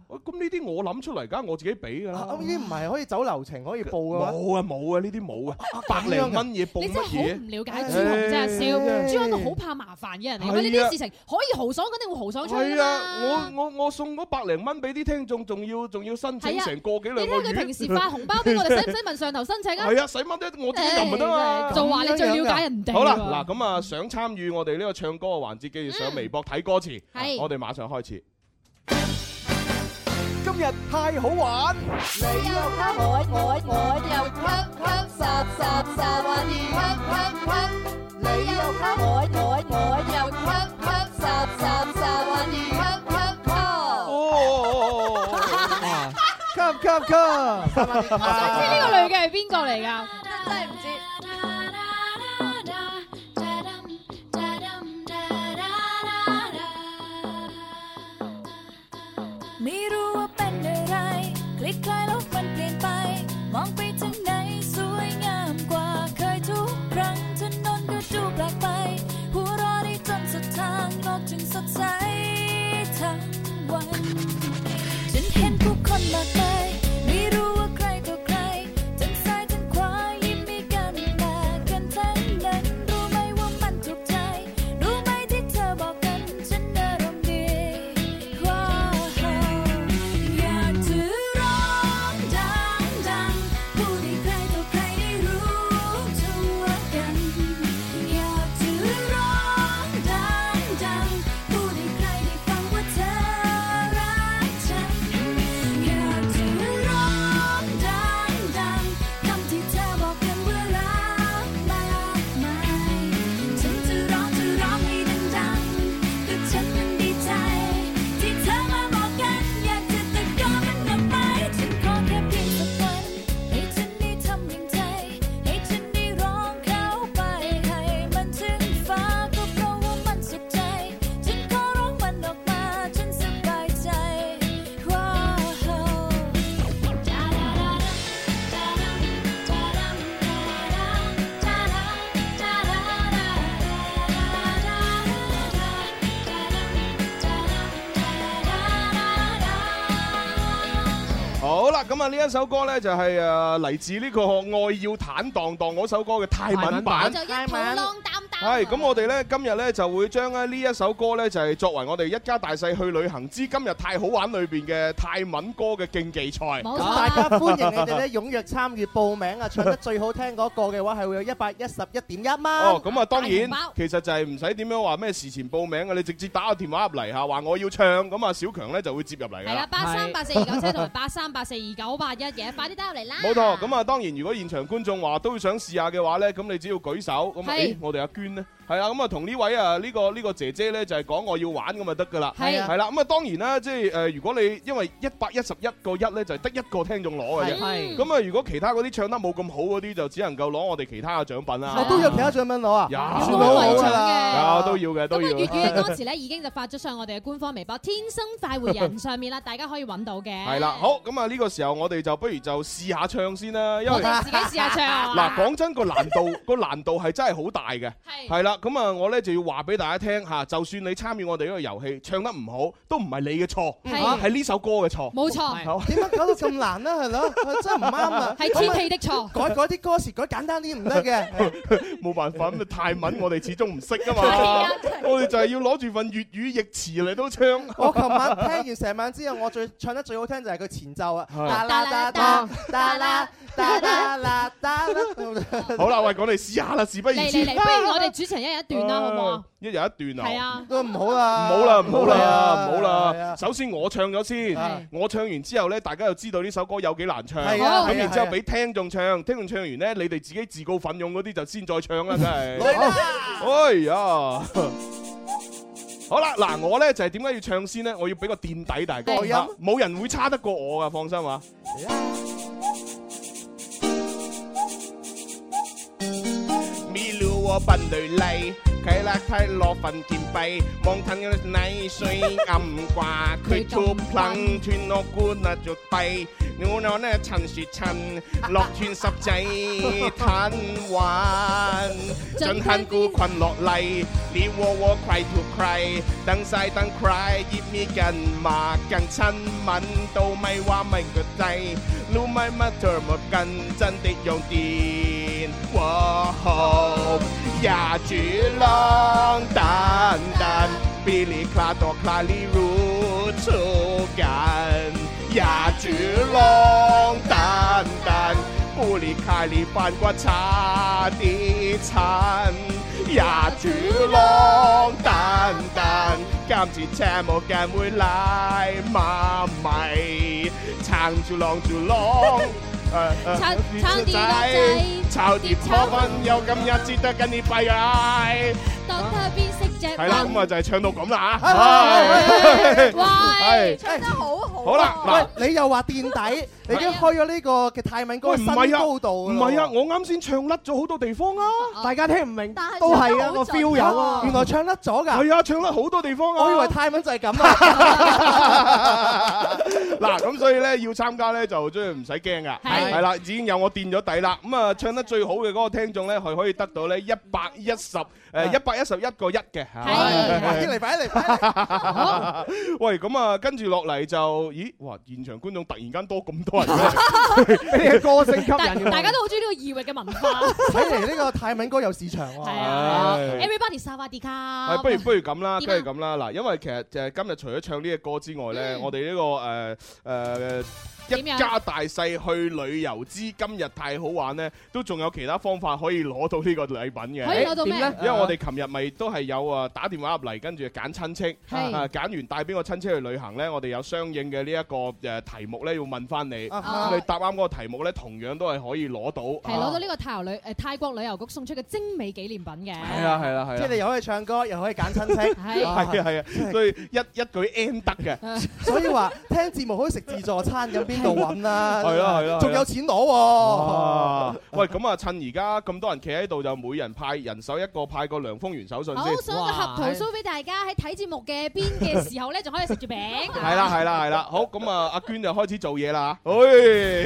喂咁呢啲我諗出嚟，梗我自己俾㗎啦。咁呢啲唔係可以走流程可以報嘅冇啊冇啊，呢啲冇啊，百咁樣零㗎蚊嘢報你真乜係好唔嘢？了解朱紅真係笑，唉朱紅都好怕麻煩嘅人嚟，係啊咁呢啲事情可以豪爽，肯定會豪爽出去係㗎嘛。啊，我我我送嗰百零蚊俾啲聽眾，仲要仲要申請係啊成個幾你兩睇個月。下佢平時發紅包俾 我哋，使唔使 問上頭申請啊？係啊，使乜啫？我自己撳咪得嘛。唉就話你最了解人哋喎好啦，嗱咁啊，想參與我哋呢個唱歌嘅環節，記住上微博睇歌詞。嗯啊係我哋馬上開始。今日太好玩，你又卡我我我又卡卡實實實玩意卡卡卡，你又卡我我我又卡卡實實實玩意卡卡卡。哦， 吸吸吸！我想知呢個女嘅係邊個嚟㗎？真係唔知。 ไม่รู้ว่าเป็นอะไร คลิกคลายแล้วมันเปลี่ยนไป มองไปทางไหนสวยงามกว่าเคยทุกครั้งถนนก็ดู 好啦，咁啊呢一首歌咧就係诶嚟自呢個愛要坦蕩蕩嗰首歌嘅泰文版。就一肚浪蕩係咁，我哋咧今日咧就會將咧呢一首歌咧就係作為我哋一家大細去旅行之今日太好玩裏邊嘅泰文歌嘅競技賽。咁大家歡迎你哋 咧踴躍參與報名啊！唱得最好聽嗰個嘅話係會有一百一十一點一蚊。哦，咁啊，當然大紅包，其實就係唔使點樣話咩事前報名嘅，你直接打個電話入嚟嚇，話我要唱，咁啊，小強咧就會接入嚟㗎係啦，八三八四二九七同埋八三八四二九八一嘅，快啲打入嚟啦！冇錯，咁啊，當然如果現場觀眾話都想試下嘅話咧，咁你只要舉手，咁係誒我哋阿娟呢，係啊，咁啊同呢位啊呢個呢個姐姐咧就係講我要玩咁就得噶啦，係啊係啦，咁啊當然啦，即係呃誒如果你因為一百一十一個一咧就係得一個聽眾攞嘅啫，係咁啊如果其他嗰啲唱得冇咁好嗰啲就只能夠攞我哋其他嘅獎品啦，我都有其他獎品攞啊！有算好好㗎啦有都要啊嘅都要。啊 粵語嘅歌詞咧已經就發咗上我哋嘅官方微博《天生快活人》上面啦，大家可以揾到嘅。系啦，好咁啊！呢個時候我哋就不如就試下唱先啦，因為我哋自己試下唱啊 嗱，講真個難度 個難度係真係好大嘅，係啦。咁啊，我咧就要話俾大家聽吓，就算你參與我哋呢個遊戲，唱得唔好都唔係你嘅錯，係係呢首歌嘅錯。冇好錯，點解搞到咁難咧？係咯，真 係唔啱啊！係天氣的錯改改啲歌詞，改簡單啲 唔得嘅。 冇辦法，咁啊泰文我哋始終唔識 啊嘛係啊，我哋就係要攞住份粵語譯詞嚟到唱。我琴晚聽完成晚之後，我最唱得最好聽就係佢前奏 啊！係打啦打打打啦打啦啦打啦。 好啦，喂，啊我哋試下啦，事不宜嚟遲嚟嚟，不如我哋主持人一人一段啦，好唔好啊？一人一段啊。係啊，都唔好啦，唔好啦，唔好係啦，啊唔好係啦。啊首先我唱咗係先，我唱完之後呢，大家就知道呢首歌有幾難唱。係啊咁係啊然之後係啊俾聽眾唱，聽眾唱完呢，你哋自己自告奮勇嗰啲就先再唱啦，真係。哎呀！好啦，嗱，我呢就係點解要唱先呢？我要俾個墊底大家，係啊啊冇人會差得過我噶，放心啊！ มีรู้ว่าบันโดยไลใครรักใครรอฟันกินไป มองทันกันในสวยอ่ำกว่าเคยจูบพลังทวินนกกูน่ะจุดไปนูนอนน่ะฉันสิฉันหลอกทวินสับใจทันหวานจนทันกูควันหลอกไหลลีวัววัวใครถูกใคร ดังสายดังใครยิบมีกันมากันฉันมันโตไม่ว่าไม่เกิดใจ รู้ไหมมาเธอหมดกันจันติยองดีนว้าวอย่าจือลองตานตานปีลีคลาต่อคลาลีรู้ชูกัน อย่าจือลองตานตานปุลีคาลีฟันกว่าชาติฉัน อย่าจือลองตานตานกามจีแช่หมอแกมวยลายมาใหม่ช่างจูลองจูลอง เออเออ 撐撐住電話仔 ชาว碟可分有今日至得跟你閉眼。當他邊識只係啦，咁啊就係唱到咁啦吓。喂係唱得好好。好啦，啊喂，你又 話墊底，你已經開咗呢個嘅泰文歌喂，嘅唔新係啊，高度唔係啊，我啱先唱甩咗好多地 方啊，大家聽唔明但係都係啊，唱得個好 feel 有啊，原來唱甩咗㗎。係啊，唱甩好多地方啊。我以為泰文就係咁 啊。嗱，咁所以咧要參加咧就即係唔使驚噶，係係啦，已經有我墊咗底啦。咁啊，唱得最好嘅嗰個聽眾咧，係可以得到咧一百一十啊誒一百一十一個一嘅。快啊啲嚟，快啲嚟，快啲嚟！ 喂，咁啊，跟住落嚟就，咦，哇！現場觀眾突然間多咁多人嘅， 你嘅歌聲吸大引大家都好中意呢個異域嘅文化。睇嚟呢個泰文歌有市場喎。係啊啊唉，Everybody 沙瓦迪卡。係不如不如咁啦，點啊跟住咁啦，嗱，因為其實誒今日除咗唱呢隻歌之外咧，嗯我哋呢個誒誒點一樣家大細去旅遊之今日太好玩咧，都仲有其他方法可以攞到呢個禮品嘅。可以攞到咩誒點呢因為我哋琴日咪都係有啊打電話入嚟，跟住揀親戚，係啊揀完帶邊個親戚去旅行咧，我哋有相應嘅呢一個誒題目咧要問翻你，啊咁你答啱嗰個題目咧，同樣都係可以攞到。係攞到呢個泰遊旅誒泰國旅遊局送出嘅精美紀念品嘅。係啊係啊係啊即係你又可以唱歌，又可以揀 親戚。係係啊係啊，所以一一句 N 得嘅。所以話聽節目可以食自助餐，咁邊度揾啊？係 啦係啦仲有錢攞喎。 啊！喂，咁啊，趁而家咁多人企喺度，就每人派人手一個，派個涼風元手信好，先送。個合桃酥俾大家喺睇節目嘅邊嘅時候咧，仲可以食住餅。係啦，係啦，係啦。好，咁啊，阿娟就開始做嘢 啦。哎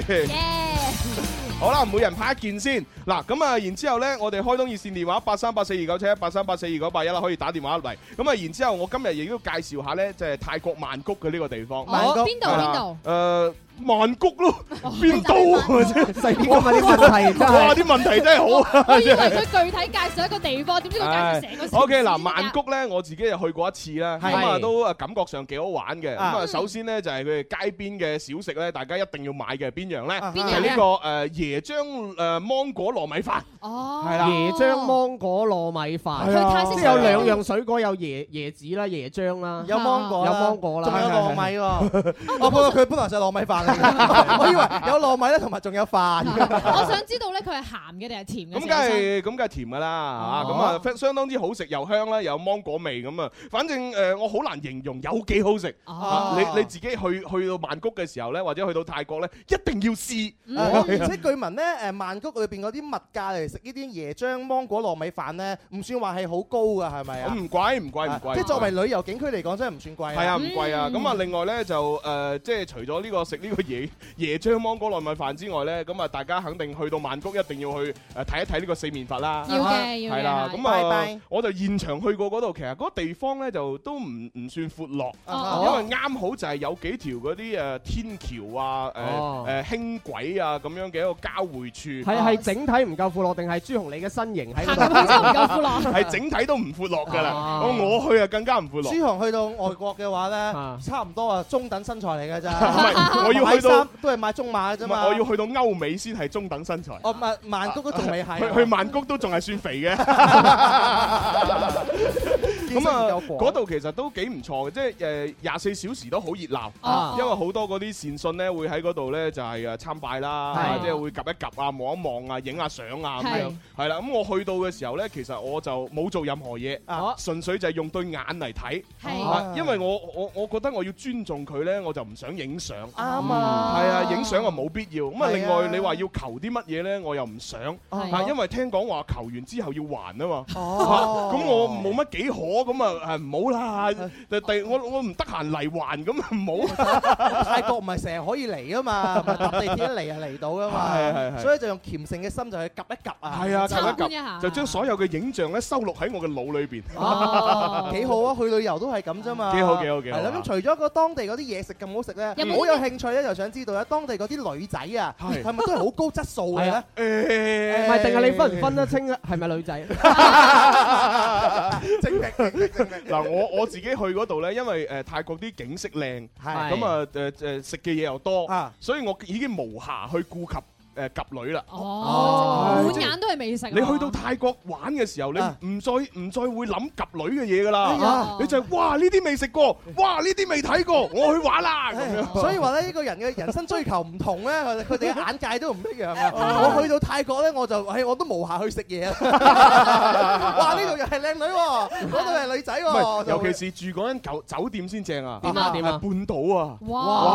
唉， 好啦，每人派一件先。嗱，咁啊，然之後呢，我哋開通熱線電話八三八四二九七一八三八四二九八一啦，可以打電話入嚟。咁啊，然之後我今日亦都介紹下呢，就係泰國曼谷嘅呢個地方。哦曼谷邊度係啦邊度？誒。曼谷 咯，邊度啊？真係細啲今日啲問題真係 哇！啲問題真係好我啊！以真為係佢具體介紹一個地方，點知佢介紹成個城市 O K 嗱，曼谷咧我自己就去過一次啦，係咁啊都誒感覺上幾好玩嘅。咁啊啊首先咧就係佢哋街邊嘅小食咧，大家一定要買嘅係邊樣咧？邊樣係咧呢個誒椰漿誒芒果糯米飯。哦係啦椰漿芒果糯米飯，佢泰式即係有上兩樣水果，有椰椰子啦、椰漿啦，有芒果有啦芒果啦，仲有糯米喎。我覺哦得佢本來就係糯米飯嚟嘅， 我以為有糯米咧，同埋仲有飯。我想知道咧，佢係鹹嘅定係甜嘅？咁梗係咁梗係甜噶啦嚇，咁啊非相當之好食又香啦，有芒果味咁啊，反正誒我好難形容有幾好食。哦啊你你自己去去到曼谷嘅時候咧，或者去到泰國咧，一定要試。嗯哦而且據聞咧，誒曼谷裏邊嗰啲物價嚟食呢啲椰漿芒果糯米飯咧，唔算話係好高㗎，係咪啊？哦唔貴唔貴唔貴，即係作為旅遊景區嚟講，真係唔算貴。嗯係嗯啊，唔貴啊。咁啊，，另外咧就誒，即係除咗呢個食呢個 椰椰漿芒果糯米飯之外咧，咁啊，大家肯定去到曼谷一定要去誒呃睇一睇呢個四面佛啦。啊要嘅要嘅係啦，咁係啊拜拜，我就現場去過嗰度，其實嗰個地方咧就都唔唔算闊落，啊哦因為啱好就係有幾條嗰啲誒呃天橋啊、哦誒誒輕軌啊咁樣嘅一個交匯 處。係哦係哦整體唔夠闊落，定係朱紅你嘅身形喺 度？ 係整體都唔闊落㗎啦。哦我我去啊更加唔闊落。朱紅去到外國嘅話咧，差唔多啊中等身材嚟㗎咋。 唔係我要去到買衫都係買中碼嘅啫唔嘛。係，我要去到歐美先係中等身材。哦，曼曼谷都仲未係去 啊。去曼谷都仲係算肥嘅。咁啊，嗰度其實都幾唔錯嘅，即係誒廿四小時都好熱鬧，啊因為好多嗰啲善信咧會喺嗰度咧就係誒啊參拜啦，係即係會 𥄫 一 𥄫 啊，望一望啊，影下相啊咁係樣。係啦，咁我去到嘅時候咧，其實我就冇做任何嘢，啊純粹就係用對眼嚟睇，係啊因為我我我覺得我要尊重佢咧，我就唔想影相。啱係啊啊，影相啊冇必要。咁啊，係啊另外你話要求啲乜嘢咧，我又唔想係啊，因為聽講話求完之後要還啊嘛。哦啊咁我冇乜幾可，咁啊誒唔好啦。 第第我我唔得閒嚟還，咁唔好。泰國唔係成日可以 嚟噶嘛，咪搭地鐵一嚟就啊嚟到噶係係係嘛，所以就用虔誠嘅心就去及一及啊，係啊，就夾一夾就將所有嘅影像咧收錄喺我嘅腦裏邊。 哦，幾好啊！去旅遊都係咁啫嘛，幾好幾好幾好係啦，咁除咗個當地嗰啲嘢食咁好食咧，有冇啲我有興趣咧，就想知道咧，當地嗰啲女仔啊，係係咪都係好高質素嘅係啊咧？誒唔係，定係你分唔分得清啊係咪女 仔？嗱，我我自己去嗰度咧，因為誒泰國啲景色靚，係咁啊誒誒食嘅嘢又多，所以我已經無暇去顧及誒及女啦。哦，係滿即係眼都係美食啊。你去到泰國玩嘅時候，你唔再唔再會諗及女嘅嘢噶啊哎啦呀，你就係哇呢啲未食過，哇呢啲未睇過，我去玩啦咁樣。哎所以話咧，呢個人嘅人生追求唔同咧，佢佢哋嘅眼界都唔一樣啊！ 哦我去到泰國咧，我就唉，我都無暇去食 嘢啊！哇，呢度又係靚女喎，嗰度係女仔唔喎，係，就會尤其是住嗰間酒酒店先正啊！點啊點啊係半島啊！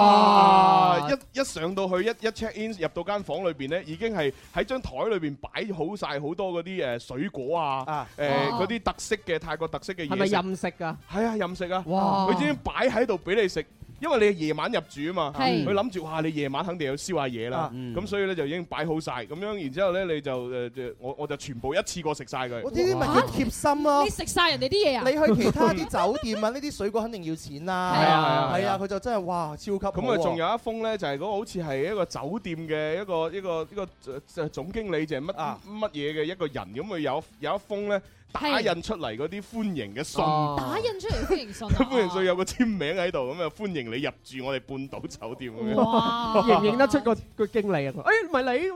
哇哇一一上到去一一 check in 入到間房裏邊咧，已經係喺張台裏邊擺好晒好多嗰啲誒水果啊，誒嗰哦啲特色嘅泰國特色嘅嘢。係咪任食㗎？係啊，任食啊！哦哇佢已經擺喺度俾你食。因為你係夜晚入住啊嘛，係佢諗住哇你夜晚肯定要燒下嘢啦，啊咁所以咧就已經擺好晒。咁樣然之後咧你就誒誒我我就全部一次過食晒佢。我呢啲咪叫貼心咯！你食晒人哋啲嘢啊？你去其他啲酒店啊，呢啲水果肯定要錢啦。係啊係啊係係啊啊，佢就真係哇，超級咁啊，仲有一封咧，就係嗰個好似係一個酒店嘅一個一個一個誒誒總經理，就係乜啊乜嘢嘅一個人，咁佢有有一封咧打印出嚟嗰啲歡迎嘅信，哦打印出嚟歡迎信啊！ 歡迎信有個簽名喺度，咁啊歡迎你入住我哋半島酒店咁樣。哇！ 認唔認得出個個經理啊？佢誒唔係你。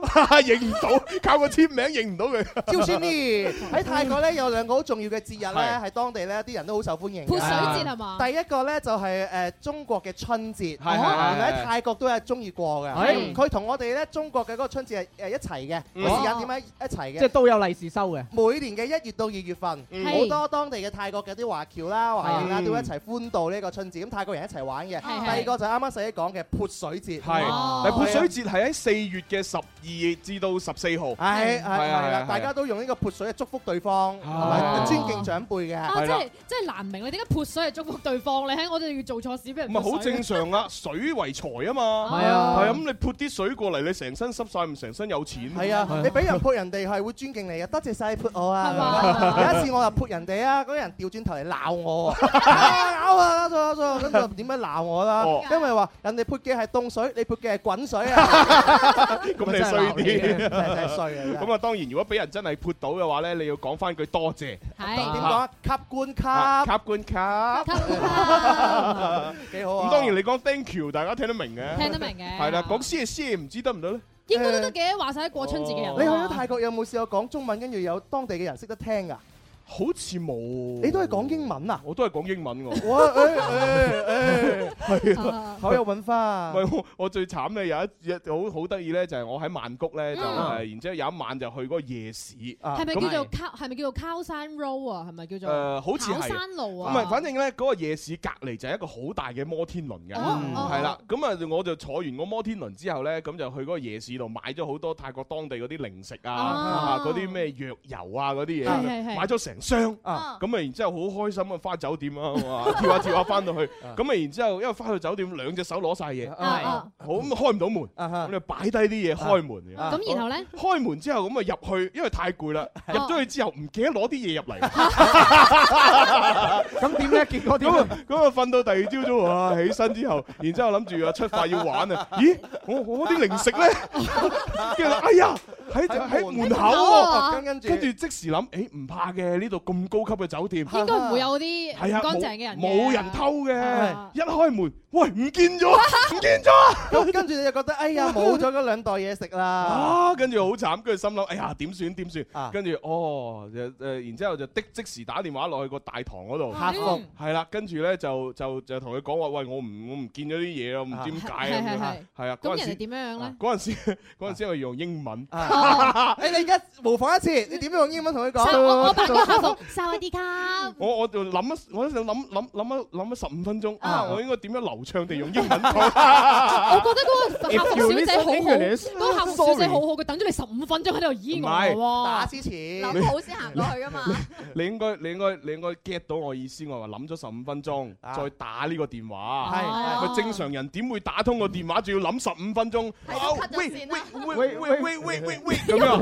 認唔到，靠個簽名認唔到佢。招孫呢喺泰國咧有兩個好重要嘅節日咧， 係喺當地咧啲人都好受歡迎嘅。啊潑水節係嘛第一個咧就係誒中國嘅春節，係係係原來喺泰國都有中意過係嘅。嗯佢同我哋咧中國嘅嗰個春節係誒一齊嘅，嗯個時間點喺一齊嘅。 即係都有利是收嘅。每年嘅一月到二月份，嗯好多當地嘅泰國嘅啲華僑啦、華人啦，嗯都會一齊歡度呢個春節。咁泰國人一齊玩嘅。係第二個就係啱啱細啲講嘅潑水節，哦係，但潑水節係喺四月嘅十二至到十四號。係係係啊啦，大係家都用呢個潑水嚟祝福對方，同哦埋尊敬長輩嘅。啊，真係真係難明你點解潑水係祝福對方，你喺我哋要做錯事俾人唔係潑好水正常啊，水為財啊嘛，哦係啊係啊，咁你潑啲水過嚟，你成身濕晒，唔成身有錢。啊係啊，你俾人潑人哋係會尊敬你嘅，多謝晒潑我啊！係 有一次我就潑人哋啊，嗰個人調轉頭嚟 鬧我 喎，啊搞啊搞錯搞錯，跟住就點樣鬧我啦哦？因為話人哋潑嘅係凍水，你潑嘅係滾水啊！ 咁你衰啲，真係真係衰啊！真係咁啊，當然如果俾人真係潑到嘅話咧，你要講翻句多謝。係 點講啊？吸官啊？級卡冠卡， 幾好啊！咁當然你講 thank you，大家聽得明嘅。聽得明嘅係啦，講 C 謝唔知得唔得咧？應該都得嘅，話晒過春節嘅人。啊你去咗泰國有冇試過講中文，跟住有當地嘅人識得聽㗎？好似冇。你都係講英文啊？我都係講英文 我。哇！誒誒 誒，係啊口有韻花。喂，我我最慘咧有一日好好得意咧，就係我喺曼谷咧，就嗯係然之後有一晚就去嗰個夜市，係啊係咪叫做靠？係咪叫做靠山 road 啊？係咪叫做？誒，好似係考山路啊？唔係，反正咧嗰個夜市隔離就係一個好大嘅摩天輪嘅，哦嗯哦係啦。咁啊，我就坐完個摩天輪之後咧，咁就去嗰個夜市度買咗好多泰國當地嗰啲零食哦啊，啊嗰啲咩藥油啊嗰啲嘢，係係係買咗成箱。啊咁啊，然之後好開心啊，翻酒店 啊，哇跳下跳下翻到去。咁啊，然之後因為翻到酒店兩隻手攞晒嘢，啊好咁開唔到門，咁就擺低啲嘢開門。啊咁然後啊咧開門之後咁啊入去，因為太攰啦，入咗去之後唔記得攞啲嘢入 嚟。咁點咧？結果點咁啊咁啊，瞓到第二朝早啊，起身之後，然之後諗住啊出發要玩啊，咦，我我啲零食咧，跟住哎呀喺喺門口喎，跟住跟住即時諗，誒唔怕嘅，呢度咁高級嘅酒店，應該唔會有嗰啲係啊唔乾淨嘅人嘅冇冇人偷啊嘅，一開門，喂唔見 咗，唔見咗。咁跟住你就覺得哎呀冇咗嗰兩袋嘢食啦，啊！跟住好慘，跟住心諗，哎呀點算點算？跟住哦，誒誒，然之後就的即時打電話落去個大堂嗰度客服係啦，跟住咧就就就同佢講話，喂，我唔我唔見咗啲嘢啊，唔知點解係係啊係，係啊，嗰咁陣人時哋點樣樣咧？ 嗰陣時嗰陣時我用英文，啊誒你而家模仿一次，你點樣用英文同佢講？我 我扮個客 服，沙瓦迪卡。我我就諗一我就諗諗諗一諗一十五分鐘啊，我應該點樣流暢地用英 文講？我覺得嗰個客服小 If you 姐好 listen 好，嗰個客服小姐 English，好好，佢等咗你十五分鐘喺度咦唔我喎，係打之前諗好先行過去噶嘛。你應該你應該你應該 get 到我意思，我話諗咗十五分鐘，再打呢個電話。啊啊係係咪正常人點會打通個電話，仲要諗十五分 鐘？哎啊喂喂喂喂喂喂喂喂咁樣，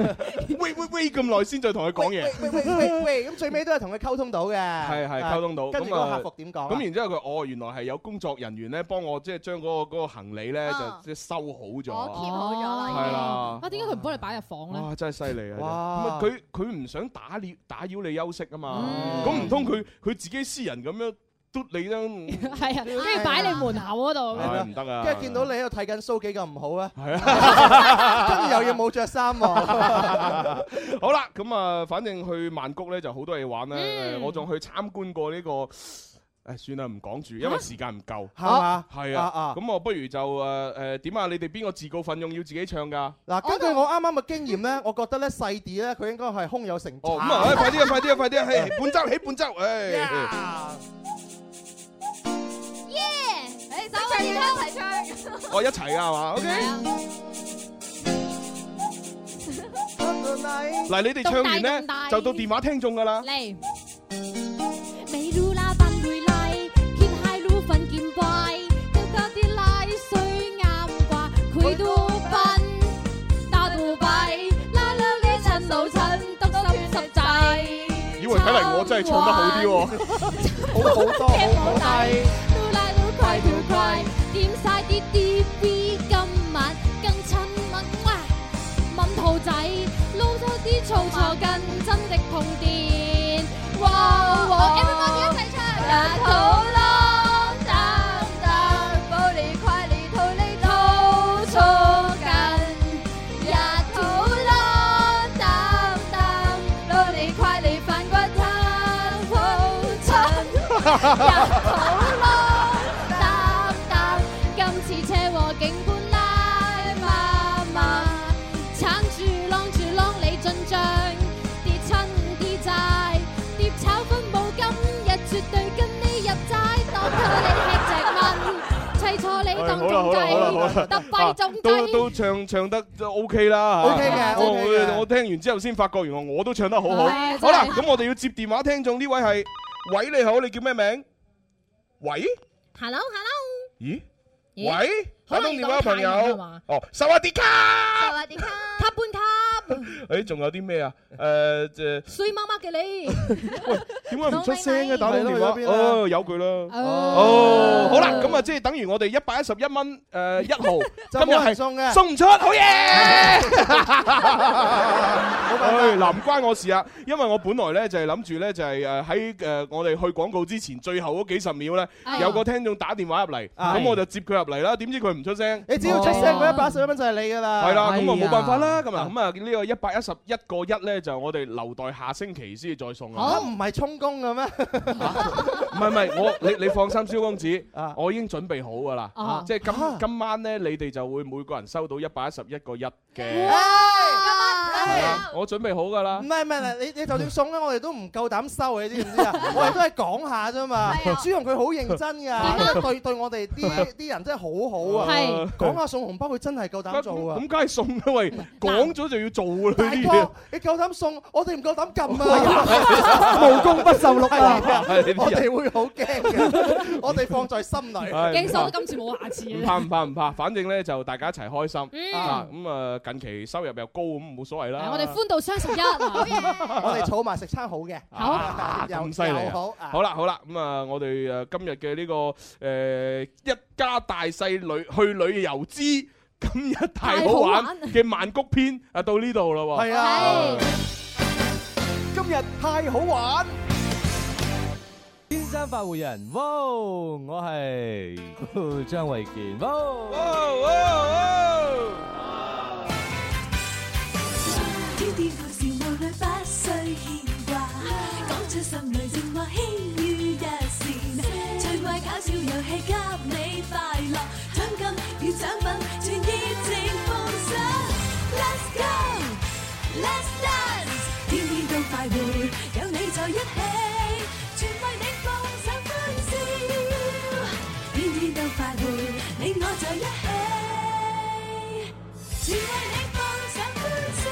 喂喂喂咁耐先再同佢講嘢。喂喂喂喂，咁最尾都係同佢溝通到嘅，係係溝通到，跟住咁啊個客服點講啊？咁然之後佢哦，原來係有工作人員咧幫我即係將嗰個嗰個行李咧啊就即係收好咗。哦好 咗啦係啦啊，點解佢唔幫你擺入房咧？哇！真係犀利啊！真係哇咁啊佢佢唔想打擾打擾你休息啊嘛，嗯咁唔通佢佢自己私人咁樣嘟你啫？係啊，跟住擺你門口嗰度。唉唔得啊！跟住見到你喺度剃緊須幾咁唔好啊，係啊， 跟住又要冇着 衫喎， 好啦，咁啊，反正去曼谷咧就好多嘢玩啦。誒嗯我仲去參觀過呢個，誒算啦，唔講住，因為時間唔夠，係嘛係啊啊啊，咁我不如就誒誒點啊？你哋邊個自告奮勇要自己唱㗎？嗱，根據我啱啱嘅經驗咧，我覺得咧細啲咧，佢應該係胸有成竹。哦，咁啊，哎快啲啊，快啲啊，快啲啊，嘿，半周起半周，誒。耶！誒，走啊，一齊唱。哦我一齊㗎啊係嘛？OK，嗱你哋唱完咧就到電話聽眾㗎啦。嚟。 ไม่รู้ลาบันดุยไลคิดให้รู้ฝันกินไปตั้งแต่ที่ไลสวยงามกว่า คุยดูฟัน ตาดูไปลาเลิกได้ฉันเราฉันต้องสับสับใจ 以為睇嚟我真係唱得好啲喎。好好多 好好低，都拉到快條快，點晒啲 D B 今晚更親吻哇！吻兔仔，撈咗啲醋坐近真的碰電，哇哇！Everybody 一齊唱，大肚窿擔擔，保你快你肚你肚坐近，呀肚窿擔擔，撈你快你反骨頭好襯，呀肚窿。擔擔，今次車禍警官拉媽媽，撐住啷住啷你進帳，跌親啲債，碟炒分冇今日絕對跟你入齋，當佢你吃隻蚊，砌錯你當中 計，特弊中都計。都唱唱得都 OK 啦 OK 嘅我 OK 嘅我我聽完之後先發覺，原來我都唱得好好。係真係好啦，咁我哋要接電話聽眾呢位係，喂你好，你叫咩名？喂， Hello Hello，咦？咦喂，打通電話嘅朋友可能講泰文係嘛，啊哦，薩瓦迪卡。卡半卡，誒，仲有啲咩啊？誒誒，衰媽媽嘅你，點解唔出聲嘅打通電係咯話去？咗邊啊哦，有佢啦。哦哦，好啦，咁啊，即係等於我哋一百一十一蚊誒一毫， 就今日冇人係送嘅送唔出，好嘢！唉，冇嗱唔關我事啊，因為我本來咧就係諗住咧就係誒喺誒我哋去廣告之前最後嗰幾十秒咧啊，有個聽眾打電話入嚟，啊咁我就接佢入嚟啦。點知佢唔出聲，你只要出聲，嗰一百十一蚊就係你噶啦。係啦，咁啊冇辦法啦。咁啊咁啊呢個一百一十一個一咧就我哋留待下星期先至再送嚇啊。唔係充公嘅咩？唔係唔係，我你你放心，蕭公子，我已經準備好㗎啦哦。即係今今晚咧，你哋就會每個人收到一百一十一個一嘅，係唉啊我準備好㗎啦唔。係唔係唔係，你你就算送咧，我哋都唔夠膽收，你知唔知啊？我哋都係講下啫嘛。朱紅佢好認真㗎，真係 對對我哋啲啲人真係好好啊。係講下送紅包，佢真係夠膽做啊咁！梗係送啦喂，講咗就要做啦大呢啲嘢哥。，你夠膽送，我哋唔夠膽撳啊！無功不受祿啊係你啲人我哋會好驚嘅，我哋放在心裏。係驚手今次冇下次唔怕唔怕唔怕，反正咧就大家一齊開心嗯啊！咁啊，近期收入又高，咁冇所謂啦。我哋歡度雙十一，我哋儲埋食餐好嘅，好啊又咁犀利又啊好！好啦好啦，咁啊，我哋誒今日嘅呢個誒一家大細旅去旅遊之今日太好玩嘅曼谷篇啊，到呢度啦喎。係啊，今日太好玩。天生快活人，哇！我係張衛健，哇！天天故事無慮不需牽掛，講出心裏情話輕於一線，趣怪搞笑遊戲給你快樂，獎金與獎品全熱情奉上。Let's go，Let's dance，天天都快活，有你在一起，全為你放上歡笑，天天都快活，你我在一起，全為你放上歡笑。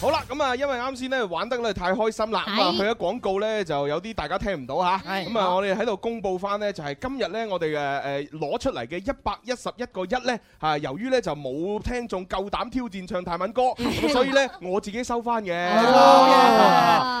好啦，咁啊，因為啱先咧玩得咧太開心啦，咁啊，係佢嘅廣告咧就有啲大家聽唔到吓，咁啊，我哋喺度公佈翻咧，就係今日咧我哋誒誒攞出嚟嘅一百一十一個一咧，啊，由於咧就冇聽眾夠膽挑戰唱泰文 歌，咁所以咧我自己收翻嘅。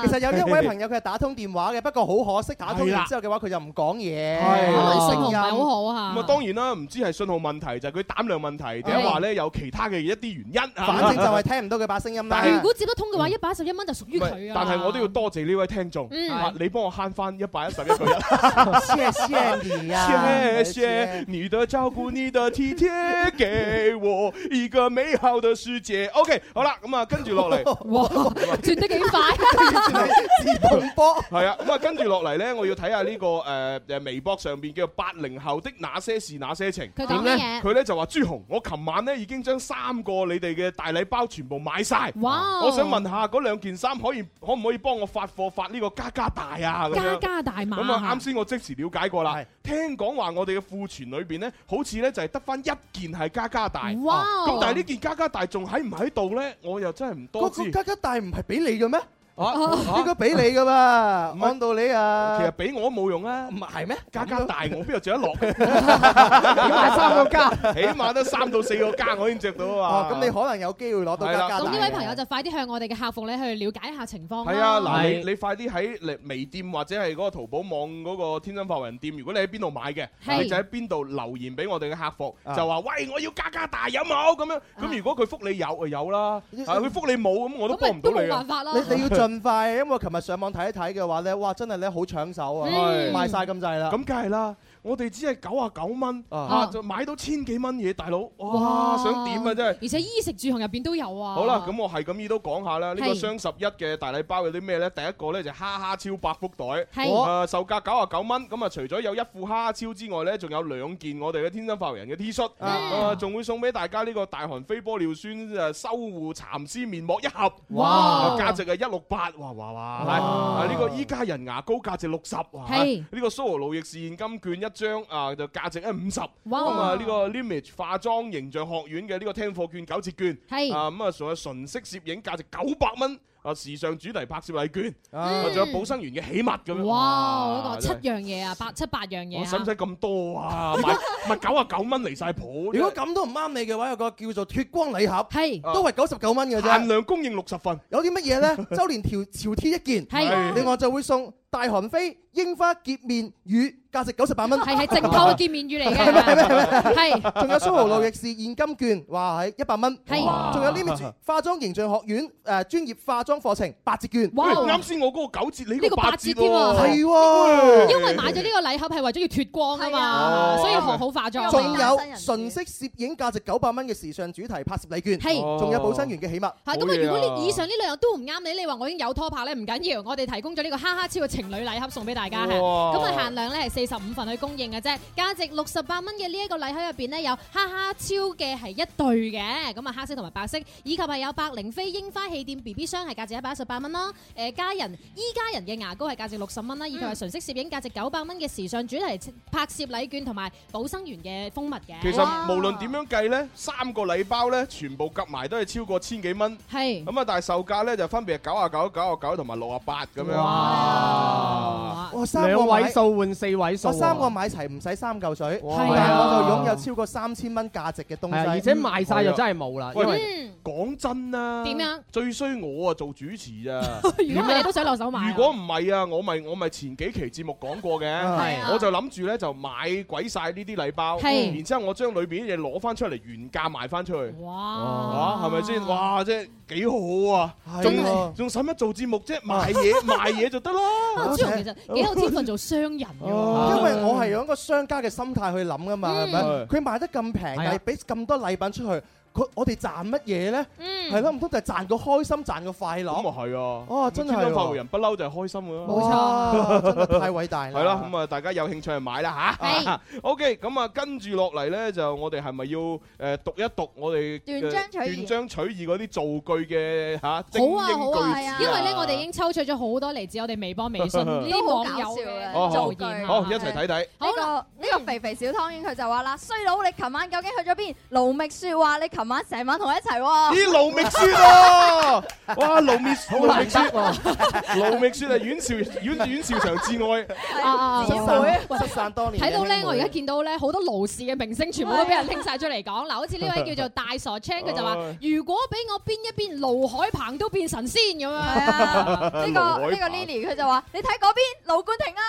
其實有呢一位朋友佢係打通電話嘅，不過好可惜打通完之後嘅話佢就唔講嘢，係聲音咁啊，當然啦，唔知係信號問題，就係佢膽量問題，定係話咧有其他嘅一啲原因啊。反正就係聽唔到佢把聲音啦。如果接得通嘅話，一百一十一蚊就屬於佢啊。但嗯係我都要多謝呢位聽眾，嗯啊你幫我慳翻一百一十一個人。謝謝你啊，谢谢你的照顧，你的體貼，給我一個美好的世界。OK，好啦，咁啊，跟住落嚟，哇， 轉得幾快， 自動波。係啊，咁啊，跟住落嚟咧，我要睇下呢個誒誒微博上邊叫八零後的那些事那些情。佢講乜嘢點呢佢咧就話朱紅，我琴晚咧已經將三個你哋嘅大禮包全部買晒。哇我想問下嗰兩件衫可以可唔可以幫我發貨發呢個加加大啊？咁加樣加大碼。咁啊，啱先我即時了解過啦。聽講話我哋嘅庫存裏邊咧，好似咧就係得翻一件係加加大。啊哇咁但係呢件加加大仲喺唔喺度咧？我又真係唔多知嗰個。吉吉大唔係俾你嘅咩？啊應該哦俾你噶嘛，按道理啊。其實俾我都冇用啊。唔係咩？加加大我 邊度着得落？起碼三個加 起碼得三到四個加，我已經着到哦啊，嘛。咁你可能有機會攞到加加大。咁呢位朋友就快啲向我哋嘅客服咧去了解一下情況啦。係啊，嗱，你你快啲喺微店或者係嗰個淘寶網嗰個天生發人店，如果你喺邊度買嘅，係你就喺邊度留言俾我哋嘅客服，啊就話喂我要加加大有冇咁樣？咁如果佢覆你有就有啦，啊佢覆啊你冇咁我都幫唔到你啊。你你要盡快，因為琴日上網睇一睇嘅話咧，哇，真係咧好搶手啊，嗯賣晒咁滯啦。咁梗係啦，我哋只係九啊九蚊啊，就買到千幾蚊嘢，大佬，哇哇想點啊真係！而且衣食住行入邊都有啊。好啦，咁我係咁意都講下啦。呢個係雙十一嘅大禮包有啲咩呢？第一個呢就哈哈超百福袋，係誒售價九啊九蚊。咁啊，除咗有一副哈哈超之外呢，仲有兩件我哋嘅天生發人嘅 T 恤，嗯啊，仲會送俾大家呢個大韓非玻尿酸誒修護蠶絲面膜一盒，哇啊價值係一六八，哇哇哇！啊呢個依家人牙膏價值六啊十，哇係呢個蘇豪路易士現金券一張啊，就價值係五十。哇咁啊，呢個 Limage 化妝形象學院嘅呢個聽課券九折券。係啊咁啊，仲有純色攝影價值九百蚊。啊時尚主題拍攝禮券，啊啊仲有寶生園嘅喜物咁樣。哇！嗰真個係七樣嘢啊，八七八樣嘢我使唔啊，使咁多啊？ 買咪九啊九蚊嚟晒譜。如果咁都唔啱你嘅話，有個叫做脱光禮盒，係都係九十九蚊嘅啫，限量供應六十份。有啲乜嘢咧？ 周年條潮 T 一件，係另外就會送大韓飛櫻花結面魚，價值九十八蚊，係係正確嘅見面語嚟 係咪係咪嘅，係係仲有蘇豪路易士現金券，哇係一百蚊，係仲有 Limit 化妝形象學院誒專業化妝課程八折券，哇啱先我嗰個九折，你呢個八折添啊，係喎，因為買咗呢個禮盒係為咗要脱光啊哦嘛，所以學好化妝。仲有純色攝影價值九百蚊嘅時尚主題拍攝禮券，係仲有寶生園嘅喜物。係咁啊！如果你以上呢兩樣都唔啱你，你話我已經有拖拍咧，唔緊要，我哋提供咗呢個哈哈超嘅情侶禮盒送俾大家嘅，哇咁啊限量咧係四十五份去供應嘅啫，價值六十八蚊嘅呢一個禮盒入邊呢，有哈哈超嘅係一對嘅，咁啊黑色同埋白色，以及係有百靈飛櫻花氣墊 B B 霜係價值一百一十八蚊啦，誒家人依家人嘅牙膏係價值六十蚊啦，以及係純色攝影價值九百蚊嘅時尚主題拍攝禮券同埋寶生園嘅蜂蜜嘅。其實無論點樣計呢，三個禮包呢，全部夾埋都係超過千幾蚊。係咁啊，但係售價呢，就分別係九啊九、九啊九同埋六啊八咁樣。哇！我三個兩買位數換四位數我喎，三個買齊唔使三嚿水，哇但係我就係啊擁有超過三千蚊價值嘅係東西，嗯啊而且賣晒就真係冇啦喂因為講真啦，點樣最衰我啊做主持咋。 如果唔係你都想落手買啊如果唔係啊，我咪我咪前幾期節目講過係啊嘅，我就諗住咧就買鬼晒呢啲禮包，係然之後我將裏邊啲嘢攞翻出嚟原價賣翻出去。啊哇！係咪先？哇！即係幾好啊！仲仲使乜做節目啫？賣 嘢賣嘢就得啦。啊朱紅其實幾有天分做商人嘅喎，哦啊因為啊我係用一個商家嘅心態去諗噶嘛，係咪嗯？佢賣得咁平，啊但係俾咁多禮品出去，佢我哋賺乜嘢咧？嗯係咯，唔通就係賺個開心，賺個快樂？咁啊係啊！哦真係天生發喎回人不嬲就係開心㗎啦。冇錯真係太偉大啦係啦，咁啊大家有興趣就買啦吓 OK，咁啊跟住落嚟咧就我哋係咪要誒讀一讀我哋斷章取斷義章取義嗰啲造句嘅吓精好英啊好句啊，子因為咧我哋已經抽取咗好多嚟自我哋微博、微信呢 啲啊都好網搞友笑啊嘅哦造好句啊。好一齊睇睇。呢個呢個肥肥小湯圓佢就話啦：衰佬你琴晚究竟去咗邊？盧覓雪話你琴晚成晚同我一齊喎。咦，盧覓雪啊！哇，盧覓好難得喎！盧覓雪係阮兆阮阮兆祥至愛，啊啊，失散失散多年嘅睇到咧，兄妹我而家見到咧好多勞氏嘅明星，全部都俾人拎晒出嚟講。嗱，好似呢位叫做大傻 Chan，佢就話：如果俾我邊一邊，盧海鵬都變神仙咁樣。呢個呢個 Lily 佢就話：你睇嗰邊盧冠廷啊！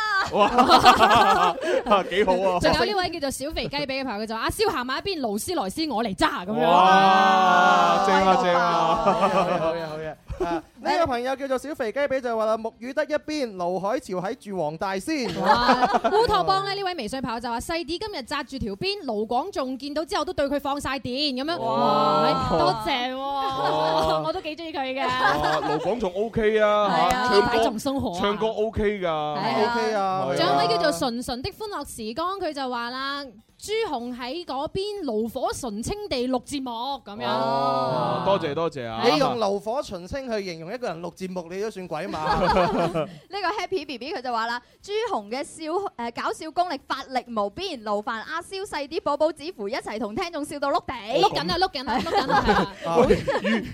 哇，幾好啊！仲有呢位叫做小肥雞髀嘅朋友，佢就話：阿蕭行埋一邊，勞斯萊斯我嚟揸咁 哇，正啊樣。正好啊！嘢好嘢！啊呢個朋友叫做小肥雞髀就話啦，木魚得一邊，盧海潮喺住黃大仙。 哇！烏托邦咧呢位微信朋友就話：細啲今日紮住條辮，盧廣仲見到之後都對佢放晒電咁樣。哇！多謝喎， 我都幾中意佢嘅。哇，盧廣仲 OK 啊，啊嚇唱擺仲鬆歌可啊唱歌 OK 㗎係啊仲有位叫做純純的歡樂時光，佢就話啦：朱紅喺嗰邊爐火純青地錄節目咁哦樣。啊多謝多謝啊！你用爐火純青去形容一個人錄節目，你都算鬼馬。 呢個 Happy B B 佢就話啦：朱紅嘅笑誒搞笑功力法力無邊，勞煩阿蕭細啲寶寶指符一齊同聽眾笑到碌地，碌哦緊啊碌緊啊碌緊啊！喂，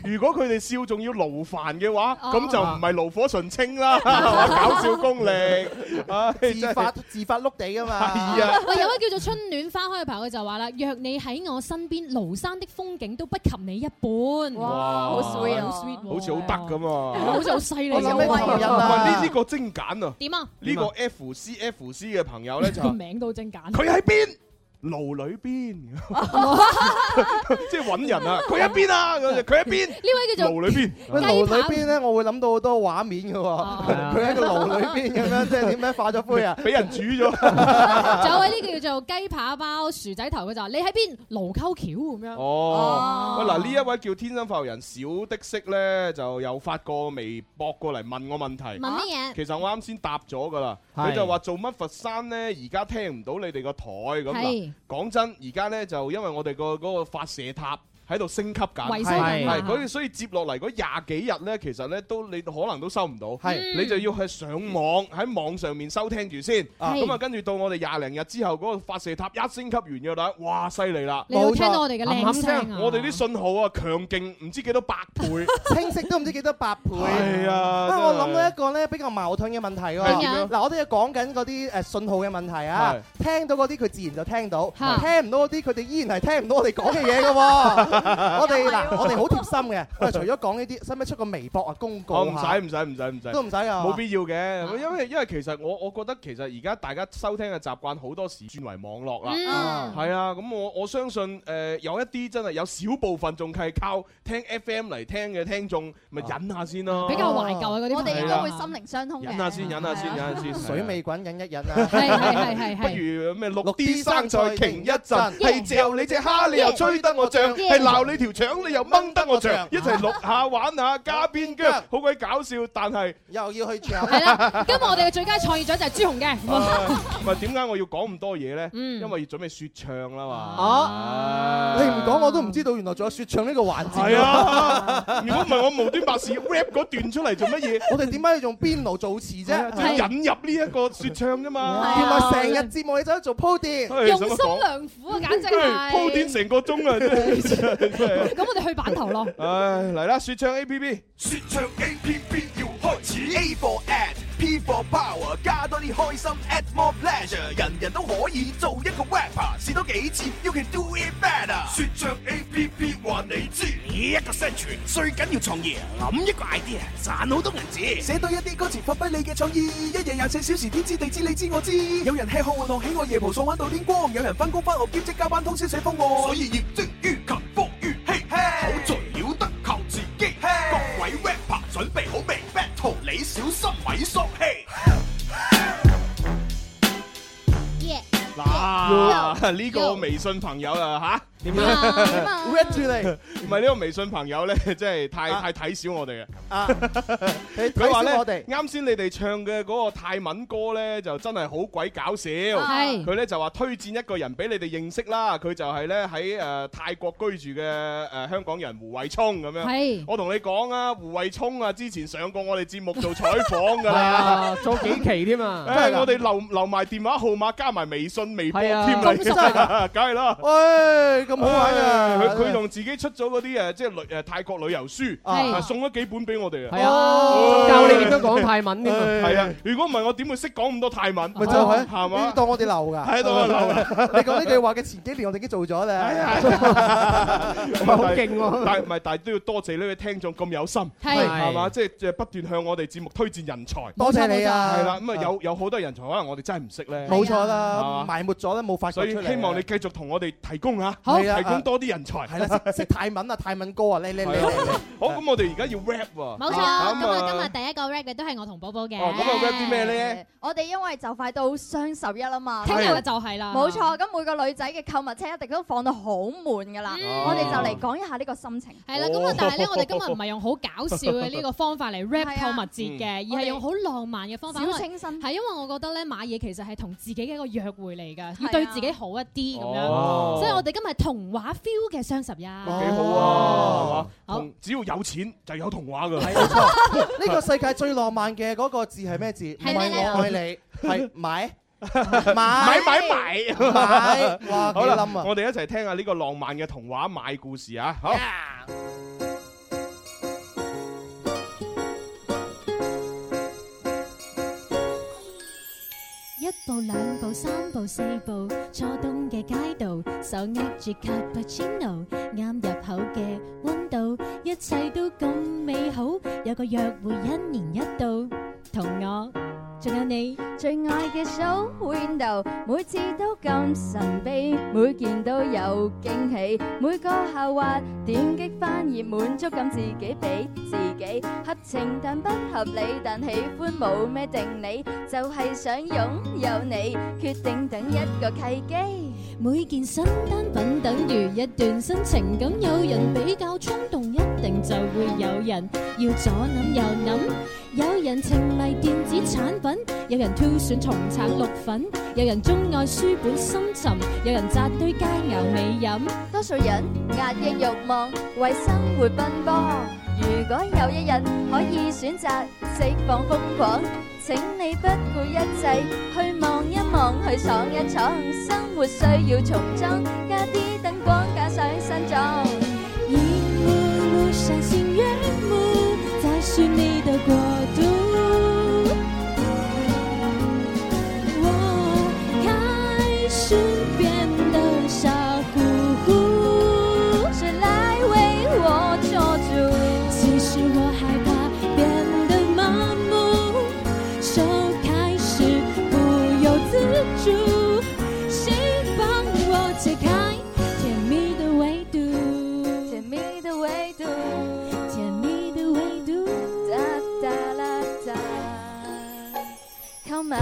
如如果佢哋笑仲要勞煩嘅話，哦咁就唔係爐火純青 啦，搞笑功力，唉自發自發碌地噶嘛。係啊喂，有位叫做春暖花開嘅朋友佢就話啦：若你喺我身邊，廬山的風景都不及你一半。哇好 sweet 啊好 sweet 喎好似好得咁啊，好似好犀利我諗有威呢啊喂呢呢個精簡啊！點啊？呢個 F C F C 嘅朋友咧就個話名都精簡。佢喺邊？路裏 邊，即係揾人啊！佢喺邊啊？咁就佢喺邊？呢位叫做路裏邊，喂，爐裏邊咧，我會諗到好多畫面嘅喎。佢喺個爐裏邊咁樣，即係點樣化咗灰啊？哦俾人煮咗。 仲有位呢個叫做雞扒包薯仔頭，佢就話：你喺邊？盧溝橋咁樣。哦哦，喂嗱，呢一位叫天生發育人小的色咧，就有發個微博過嚟問我問題。問乜嘢其實我啱先答咗噶啦，係佢就話做乜佛山咧，而家聽唔到你哋個台咁係嗱。講真，而家咧就因為我哋個嗰個發射塔。喺度升級緊，維修緊係啊嗰所以接落嚟嗰廿幾日咧，其實咧都你可能都收唔到，係你就要去上網喺網上面收聽住先，啊咁啊跟住到我哋廿零日之後嗰個發射塔一升級完嘅啦，哇犀利啦！你會聽到我哋嘅靚聲啊冇錯冚冚聲我哋啲信號啊強勁唔知幾多百倍。 清晰都唔知幾多百倍。係啊真係我諗到一個咧比較矛盾嘅問題係點樣喎。嗱，我哋講緊嗰啲誒信號嘅問題啊，聽到嗰啲佢自然就聽到，係聽唔到嗰啲佢哋依然係聽唔到我哋講嘅嘢 嘅喎。我哋嗱，我哋好貼心嘅，我哋除咗講呢啲，使唔使出個微博啊公我告哦唔下使唔使唔使唔使，都唔使啊冇必要嘅。因為因為其實我我覺得其實而家大家收聽嘅習慣好多時轉為網絡啦嗯，係啊。咁我我相信誒有一啲真係有少部分仲係靠聽 FM 嚟聽嘅聽眾，咪忍下先咯。比較懷舊啊嗰啲我哋應係該啦會心靈相通嘅。哦忍下先，忍下先，忍下先。水係啊未滾忍一忍啊！係係係係係不如咩六 D 生菜停一陣，係嚼你隻蝦，你又吹得我脹，係 Yeah 鬧你條腸，你又掹得我腸，一齊錄下玩下加邊姜，好鬼搞笑，但係。又要去唱。係啦，今日我哋嘅最佳創意獎就係朱紅 嘅。唔係點解我要講咁多嘢咧？嗯因為要準備説唱啦哦啊嘛。你唔講我都唔知道，原來仲有説唱呢個環節。係啊！如果唔係我無端白事 rap 嗰段出嚟做乜嘢？我哋點解要用邊爐做詞啫？即係引入呢一個説唱啫嘛。原來成日節目你走去做鋪係墊，用心良苦啊，簡直唉係。鋪 墊成個鐘啊！真係真係咁我哋去版頭哦咯。唉，嚟啦！説唱 A P P，说唱 A P P 要開始，A for ad，P for power，加多啲開心，add more pleasure，人人都可以做一個 rapper，試多幾次，you can do it better。说唱 A P P 話你知，呢一個生存最緊要創意，諗一個 idea，賺好多銀紙，寫到一啲歌詞，發揮你嘅創意，一日廿四小時，天知地知你知我知，有人吃喝玩樂，喜愛夜蒲爽玩到天光，有人翻工翻學兼職加班通宵寫方案，所以業精於勤，福於嬉，好聚了得靠自己。各位 rapper 準備好未？battle 你小心萎縮氣。嗱，呢個微信朋友啊吓， 點樣點啊 rap 住嚟 唔係呢個微信朋友咧，真係太太睇小我哋 啊！佢話睇小我咧，啱先你哋唱嘅嗰個泰文歌咧，就真係好鬼搞笑。係佢咧就話推薦一個人俾你哋認識啦，佢就係咧喺誒泰國居住嘅誒香港人胡慧聰咁樣。係我同你講啊，胡慧聰啊，之前上過我哋節目做採 訪㗎係啦啊，，做幾期添啊！唉我哋留留埋電話號碼，加埋微信、微博係啊添咁熟啦啊， 梗係啦。喂，哎咁好玩啊！唉佢佢仲自己出咗嗰啲呃誒，即係旅誒泰國旅遊書，係啊送咗幾本俾我哋啊。係哦啊，教你點樣講泰文添啊！係啊，如果唔係我點會識講咁多泰文？咪咪就係，係呢嘛啲？當我哋流 㗎，啊係當我哋流㗎你講呢句話嘅前幾年，我哋已經做咗啦。好勁喎但係唔係，但係都要多謝呢位聽眾咁有心，係係嘛？即係即係不斷向我哋節目推薦人才，多謝你啊係啦，咁啊有有好多人才，可能我哋真係唔識咧，冇錯係啦，嘛埋沒咗啦，冇發所掘以出嚟啊。希望你繼續同我哋提供嚇，好提供多啲人才。係啦，識識泰文啊，泰文歌啊，你你你係你。啊好，咁我哋而家要 rap 喎。冇錯，咁啊，今日第一個 rap 嘅都係我同寶寶嘅。哦咁啊 rap 啲咩咧？呃我哋因為就快到雙十一啦嘛，聽日就係啦。冇錯，咁每個女仔嘅購物車一定都放到好滿噶啦。我哋就嚟講一下呢個心情。嗯係啦，咁啊，但係咧，我哋今日唔係用好搞笑 嘅呢個方法嚟 rap 係購啊物節嘅，嗯而係用好浪漫嘅方法。小因為清新係因為我覺得咧買嘢其實係同自己嘅一個約會嚟㗎，要啊對自己好一啲咁樣。哦所以我哋今日童話 feel 嘅雙十一。幾好啊，係嘛？同只要有錢就有童話㗎。冇錯，呢個世界最浪漫嘅嗰個字係咩字？唔係咩咧係我愛你，係 買買買買買， 哇幾好啦冧，啊！我哋一齊聽下呢個浪漫嘅童話買故事啊！好。一步兩步三步四步，初冬嘅街道，手握住 cappuccino，啱入口嘅温度，一切都咁美好，有個約會一年一度，同我，仲有你，最愛嘅 show window，每次都咁神秘，每件都有驚喜，每個下滑點擊翻頁，滿足感自己俾自己，合情但不合理，但喜歡冇咩定理，就係、想擁有你，決定等一個契機。每件新單品等於一段新情感，有人比較衝動，一定就會有人要左諗右諗。有人情迷電子產品，有人挑選重刷綠粉，有人鍾愛書本深沉，有人扎堆佳肴美飲。多數人壓抑欲望，為生活奔波。如果有一日可以選擇釋放瘋狂，請你不顧一切去望一望，去闖一闖。生活需要重裝，加啲燈光，加上新裝。一幕幕賞心悅目，在是你的國度。我開始變得傻乎乎，誰來為我做主？其實我害怕變得麻木，手開始不由自主。誰幫我解開甜蜜的圍堵？甜蜜的維度，甜蜜的圍堵。哒哒啦哒。購物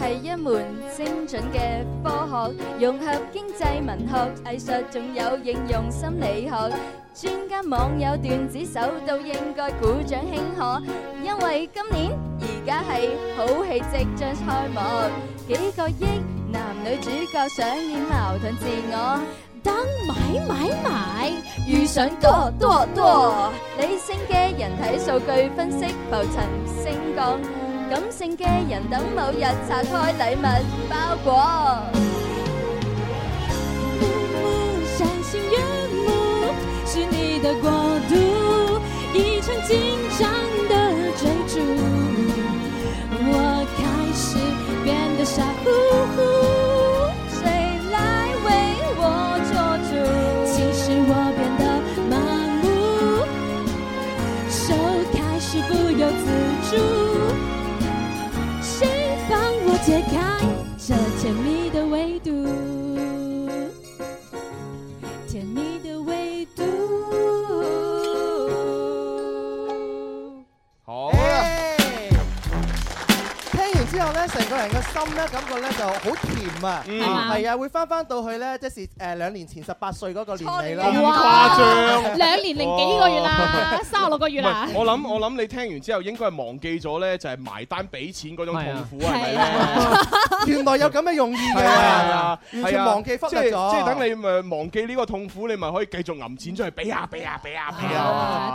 係一門精準嘅科學，融合經濟、文學、藝術，仲有應用心理學。專家、網友、段子手都應該鼓掌輕賀，因為今年而家係好戲即將開幕，幾個億男女主角上演矛盾自我。當買買買遇上多多多，理性嘅人體數據分析浮沉升降，感性嘅人等某日拆開禮物包裹。幕賞心悅目，是你的國度，一場緊張的追逐，我開始變得傻乎乎。誰來為我做主？其實我變得麻木，手開始不由自主。誰幫我解開這甜蜜的圍堵？甜蜜的圍堵。好啦，聽完之後咧，成個人嘅心咧感覺咧就好甜啊，嗯係嘛係啊，會翻翻到去咧，即是誒兩年前十八歲嗰個年紀咁咯。誇張， 兩年零幾個月啦 哦，三十六個月啦唔係。我諗我諗你聽完之後應該係忘記咗咧，就係埋單俾錢嗰種痛苦係咪咧？ 原來有咁嘅用意嘅，係啊，完全忘記忽略即係即係咗。等你咪忘記呢個痛苦，你咪可以繼續揞錢出去俾啊俾啊俾啊俾啊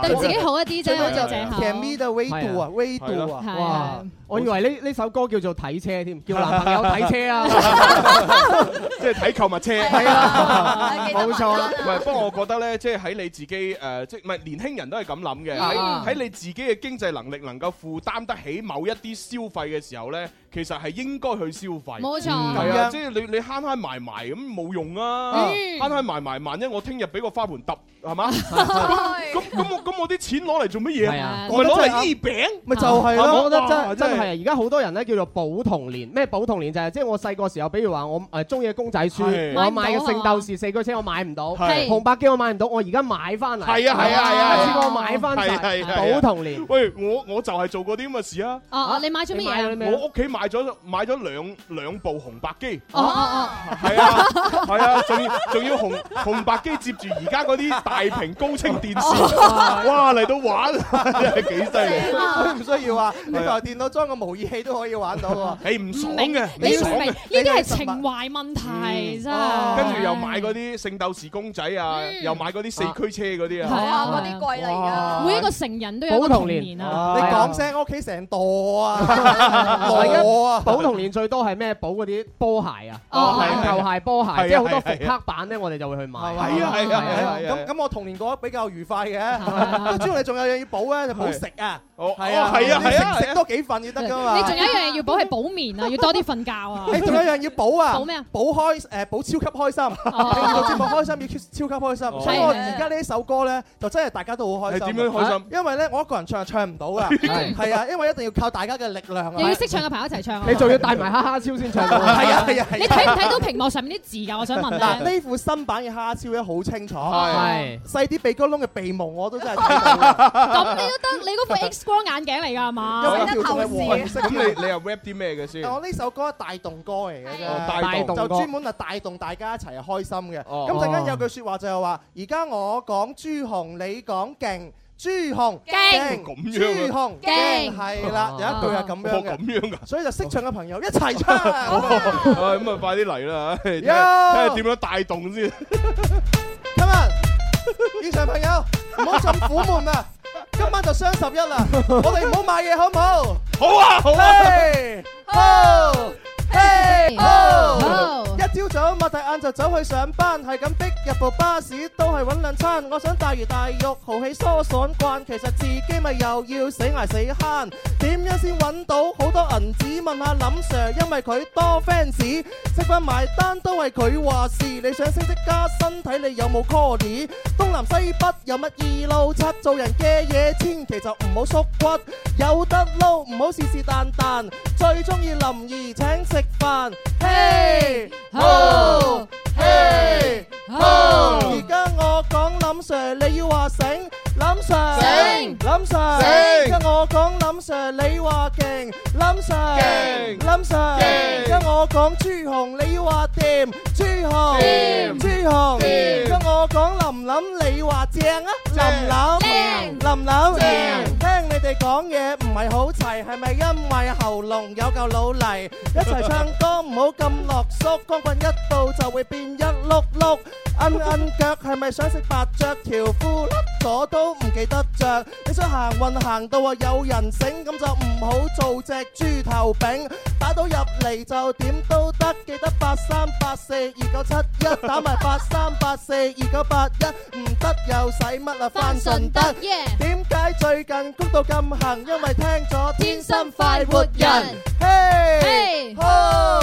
À. 啊，對自己好一啲啫，最多就有藉口甜蜜的維度啊，維係度咯 à. 啊，係哇啊！我以為呢呢首歌叫做睇車添，叫男朋友睇車啊！ à. 即係睇購物車，係 啊冇錯啦唔係，不過我覺得咧，即係喺你自己誒，即係唔係年輕人都係咁諗嘅。喺啊喺你自己嘅經濟能力能夠負擔得起某一啲消費嘅時候咧，其實係應該去消費。冇錯係咁啊，樣即係你你慳慳埋埋咁冇用啊，嗯慳慳埋埋，萬一我聽日俾個花盆揼 係嘛？咁咁我咁我啲錢攞嚟做乜嘢？係啊咪攞嚟醫病？咪就係啊咯我覺得真哇真係真係啊！而家好多人咧叫做寶童年，咩寶童年就係即係我細個時候，比如話我誒中意嘅公仔書，係我買嘅聖鬥士四驅車我買唔到，係紅白機我買唔到，我而家買翻嚟，係啊係啊係啊一次過買翻係係曬係寶童年。喂，我我就係做過啲咁嘅事啊！哦哦，你買咗乜嘢啊？我屋企買咗買咗兩兩部紅白機，哦哦係啊係啊，仲要仲要紅紅白機接住而家嗰啲大屏高清電哦視，哇嚟到玩啊真係幾犀利！唔需要啊！你台電腦裝個模擬器都可以玩到喎。誒唔哦，爽唔明嘅，你唔唔爽嘅，明呢啲係啊情懷問題真係。跟住又買嗰啲聖鬥士公仔啊，又買嗰啲四驅車嗰啲嗯係啊，啊，嗰啲貴嚟㗎每一個成人都有一個童年啊！你講聲，我屋企成 度啊，我啊，寶童年最多係咩？寶嗰啲波鞋啊，哦係籃球鞋、波係啊鞋，即係好多係啊係復啊刻版咧，我哋就會去買。係係啊係啊係啊係啊咁咁我童年過得比較愉 快嘅。都知道你仲有嘢要補咧，就補食啊。哦哦係係啊係啊你食食多幾份要得噶嘛。你仲有一樣嘢要補係補眠 啊，要多啲瞓覺啊。你仲有一樣要補啊！補咩啊？哦補開誒，補超級開心，令到節目開心要 keep- 超級開心。所以我而家呢首歌咧，就真係大家都好開心。哦係點樣開心啊因為咧，我一個人唱係唱唔到啊，係係啊，因為一定要靠大家嘅力量啊。又要識唱嘅朋友一齊唱啊！你仲要戴埋哈哈超先唱到啊係 啊係啊係啊你睇唔睇到屏幕上面啲字㗎？我想問啊 嗱， 咧。呢副新版嘅蝦超咧好清楚，係細啲鼻哥窿嘅鼻毛我都真 係睇到咁你都得，你嗰 副 X 光眼鏡嚟㗎係嘛？有一條仲係黃色咁你你又 rap 啲咩嘅先？但我呢首歌係帶動歌嚟嘅哦啫，帶動就專門係帶動大家一齊開心嘅。哦咁陣間有句説話就係話：而家我講朱紅，你講勁。朱紅勁勁咁樣啊朱紅勁係啦，有一句係咁哦樣嘅，咁樣噶，所以就識唱嘅朋友一齊唱。哦咁啊，快啲嚟啦！唉睇 Yo 下睇下點樣帶動先。現場朋友唔好咁苦 悶啊！今晚就雙十一啦，我哋唔好買嘢好唔好？好啊好啊嘿好，嘿好好。一朝早擘大眼就走去上班，係咁逼入部巴士都係揾兩餐。我想大魚大肉，豪氣疏爽慣，其實自己咪又要死捱死慳。點樣先揾到好多銀紙？問下林 Sir，因為佢多 fans，食飯埋單都係佢話事。你想升職加薪，睇你有冇 call 啲東南西北有乜二路七？做人嘅嘢千祈就唔好縮骨，有得撈唔好是是但但。最中意林怡請食飯，嘿好，嘿好。而家我講林 Sir，你要話醒，林 Sir，醒林 Sir，醒而家我講林 Sir，你話勁，林 Sir，勁林 Sir，而家我講朱紅，你要話掂，朱紅，掂朱紅，掂而家我講林林，你話正啊，林林，林林，聽你哋講嘢唔係好齊，係咪因為喉嚨有嚿老泥？一齊唱歌唔好咁落縮，光棍一到就會變一碌碌。摁摁腳係咪想食白雀條褲甩咗都唔記得着？你想行運行到啊有人醒，咁就唔好做只豬頭餅。打到入嚟就點都得，記得八三八四二九七一，打埋八三八四二九八一，唔得又使乜啊翻順德？點解最近谷到咁行？因為聽咗《天生快活人》。嘿，好，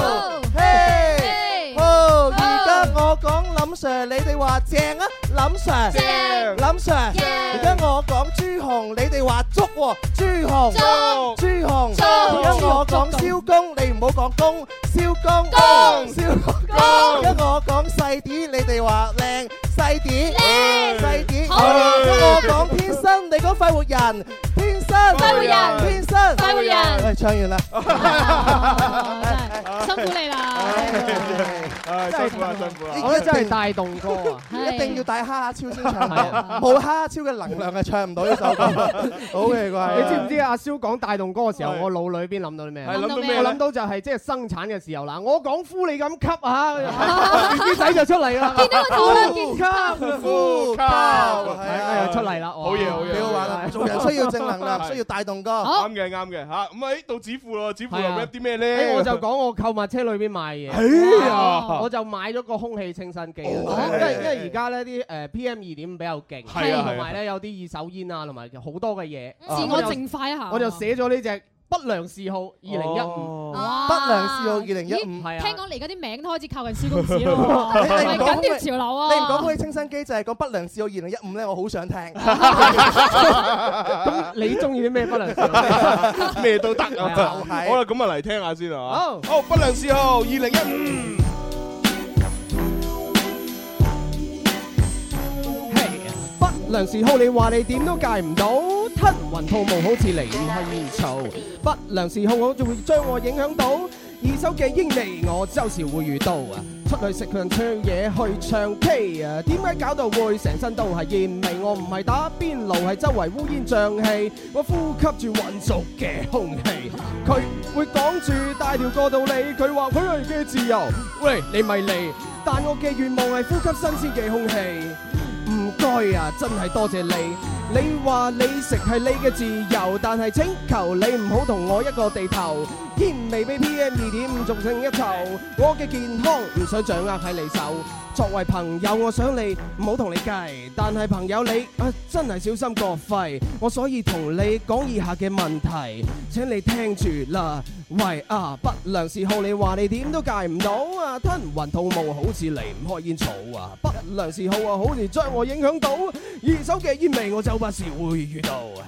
嘿，好。而家我講林 Sir，你哋話正啊，林 Sir，正林 Sir。而家我講朱紅，你哋話足喎，朱紅，足朱紅。足而家我講蕭公，你唔好講公，蕭公，公，蕭公。而家我講細啲，你哋話靚，細啲，靚，細啲。好而家我講天生，你講快活人，天生快活人天生快活人哎唉唱完啦。哎辛苦你啦！唉，辛苦啦，辛苦啦！我覺得真係帶動歌啊！一定要戴哈哈超先唱到，冇哈哈超嘅能量係唱唔到呢首歌，好奇怪。你知唔知阿蕭講帶動歌嘅時候，我腦裏邊諗到啲咩？係諗到咩我咧諗到就係即係生產嘅時候啦。我講呼你咁吸啊，B B 仔就出嚟啦。見到個肚腩呼吸呼吸係啊又出嚟啦哇好嘢，好嘢，幾好玩啊做人需要正能量需要帶動歌。啱嘅，啱嘅吓。咁啊，誒到子富咯，子富又係啊 rap 啲咩誒咧？我就講我購物車裏邊買嘢。哎呀我就買咗個空氣清新機，因為啊因哦為而家呢啲誒 PM 二點五比較勁，係啊嗯同埋係咧有啲二手煙啊，同埋好多嘅嘢。啊哦自我淨化一下我就寫咗呢只不良嗜好二零一哦五。哇不良嗜好二零一五係啊聽講你而家啲名都開始靠近書公 子咯你喎，你係唔緊講貼潮流啊！你唔講好似清新機，就係講不良嗜好二零一五咧，我好想聽。咁你中意啲咩不良嗜好？咩都得啊！就係好啦，咁啊嚟聽下先啊！好，好不良嗜好二零一五。不良嗜好，你話你點都戒唔到，吞雲吐霧好似離唔開燥。不良嗜好，我就會將我影響到。二手嘅英利，我周時會遇到啊！出去食飯唱嘢去唱 K 啊，點解搞到會成身都係煙味？我唔係打邊爐，係周圍烏煙瘴氣，我呼吸住混濁嘅空氣。佢會講住大條過道理，佢話佢係嘅自由，喂你咪嚟，但我嘅願望係呼吸新鮮嘅空氣。唔該啊，真係多謝你。你話你食係你嘅自由，但係請求你唔好同我一個地頭，煙味比 PM 二點五仲勝一籌。我嘅健康唔想掌握喺你手，作為朋友，我想你唔好同你計，但係朋友你啊真係小心個肺。我所以同你講以下嘅問題，請你聽住啦。喂啊，不良嗜好你話你點都戒唔到啊，吞雲吐霧好似離唔開煙草啊，不良嗜好啊好似將我影響到，二手嘅煙味我就不時會遇到啊。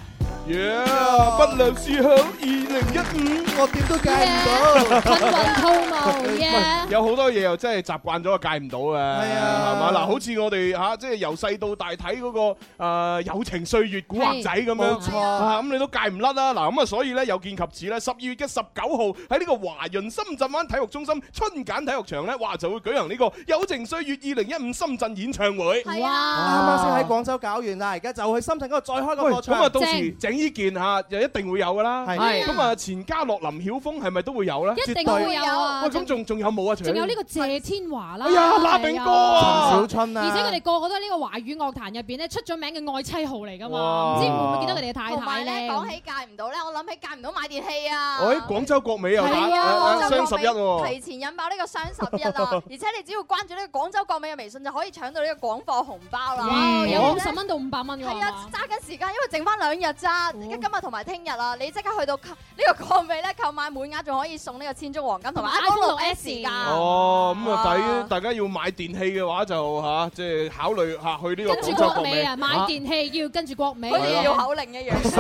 Yeah，不良嗜好二零一五，我點都戒唔到，困雲吐霧喂 yeah 有好多嘢又真係習慣咗，戒唔到嘅。係啊，係嘛？嗱，好似我哋嚇，即係由細到大睇嗰個誒友情歲月古惑仔咁樣，冇錯啊咁你都戒唔甩啦。嗱，咁啊，所以咧有見及此咧，十二月嘅十九號喺呢個華潤深圳灣體育中心春簡體育場咧，哇就會舉行呢個友情歲月二零一五深圳演唱會。係啊，啱啱先喺廣州搞完啦，而家就去深圳嗰度再開個喂咁貨場。啊，到時整呢件嚇就一定會有噶啦。係係咁啊，錢嘉樂、林曉峰係咪都會有咧？一定絕對會有啊喂，咁仲仲有冇啊？除咗仲有呢個謝天華啦，哎呀係啊拉炳哥啊陳小春啊而且佢哋個個都係呢個華語樂壇入邊咧出咗名嘅愛妻號嚟噶哇嘛，唔知會唔 Ờ. 會見到佢哋嘅太同埋太咧，咧？講起戒唔到咧，我諗起戒唔到買電器啊。我喺哎廣州國美又打係啊，誒廣誒雙州國十美一喎提。前引爆呢個雙十一 啊！而且你只要關注呢個廣州國美嘅微信，就可以搶到呢個廣貨紅包啦。哇有五十蚊到五百蚊㗎哦係啊，揸緊時間，因為剩翻兩日咋，今日同埋聽日啊，你即刻去到購呢個國美咧購買滿額，仲可以送呢個千足黃金同埋 iPhone iPhone 六 6S S 㗎。哦，咁啊，抵大家要買電器嘅話就嚇，即係考慮嚇去呢個跟住廣州國國美啊，買嚇電器要跟住國美，好似要口令一樣。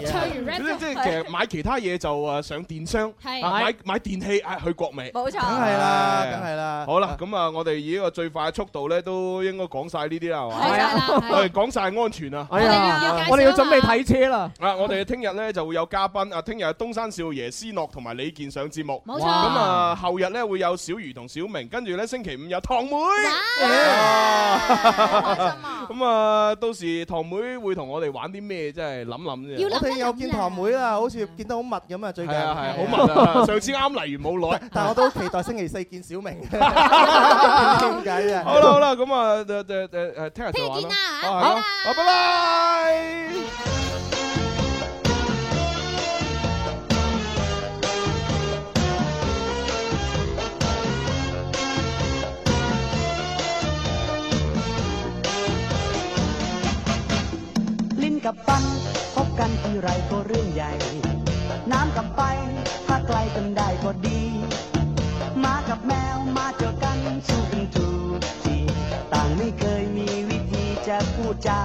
唱完 rap 即即係其實買其他嘢就誒上電商，係啊買買電器啊去國美，冇錯梗係啦梗係啦好啦，咁啊，我哋以呢個最快嘅速度咧，都應該講晒呢啲啦，係嘛？係啦係我哋講晒安全啊！哎呀我哋要介紹啊我哋要準備睇車啦。啊，我哋聽日咧就會有嘉賓啊，聽日東山少爺思諾同埋李健上節目，冇錯咁啊，後日咧會有小魚同小明，跟住咧星期五有堂妹。咁啊，到時堂妹會同我哋玩啲咩？真係諗諗啫。我哋又見堂妹啦，好似見到好密咁啊！最近係啊係啊，好密啊！上次啱嚟完冇耐。但我都期待星期四見小 明傾偈啊！好啦好啦，咁啊誒誒誒誒，聽日再玩啦。啊係咯好，拜拜。 ลิ้นกับฟันพบกันทีไรก็เรื่องใหญ่ น้ำกับไฟถ้าไกลกันได้ก็ดีหมากับแมวมาเจอกันสู้กันถูกทีต่างไม่เคยมีวิธีจะพูดจา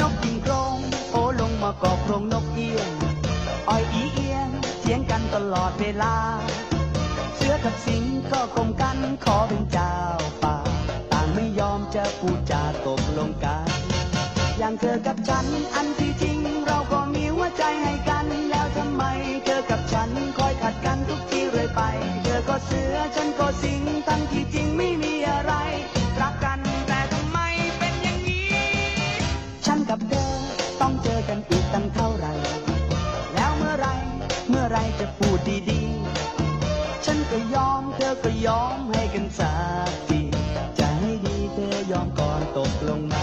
นกยิงโครงโอลงมาเกาะโครงนกเอี้ยงอ้อยอีเอียงเถียงกันตลอดเวลา เสือกับสิงก็กลมกันขอเป็นเจ้าป่า ต่างไม่ยอมจะพูดจาตกลงกัน อย่างเธอกับฉันอันที่จริง เราก็มีหัวใจให้กัน แล้วทำไม เธอกับฉันคอยขัดกันทุกทีเรื่อยไป เธอก็เสือฉันก็สิงทั้งที่จริงไม่มีอะไร รักกันแต่ทำไมเป็นอย่างนี้ ฉันกับเธอต้องเจอกันอีกตั้งเท่าไหร่ แล้วเมื่อไหรเมื่อไหรจะพูดดีๆ ฉันก็ยอมเธอก็ยอมให้กันสักทีจะให้ดีเธอยอมก่อนตกลงไหม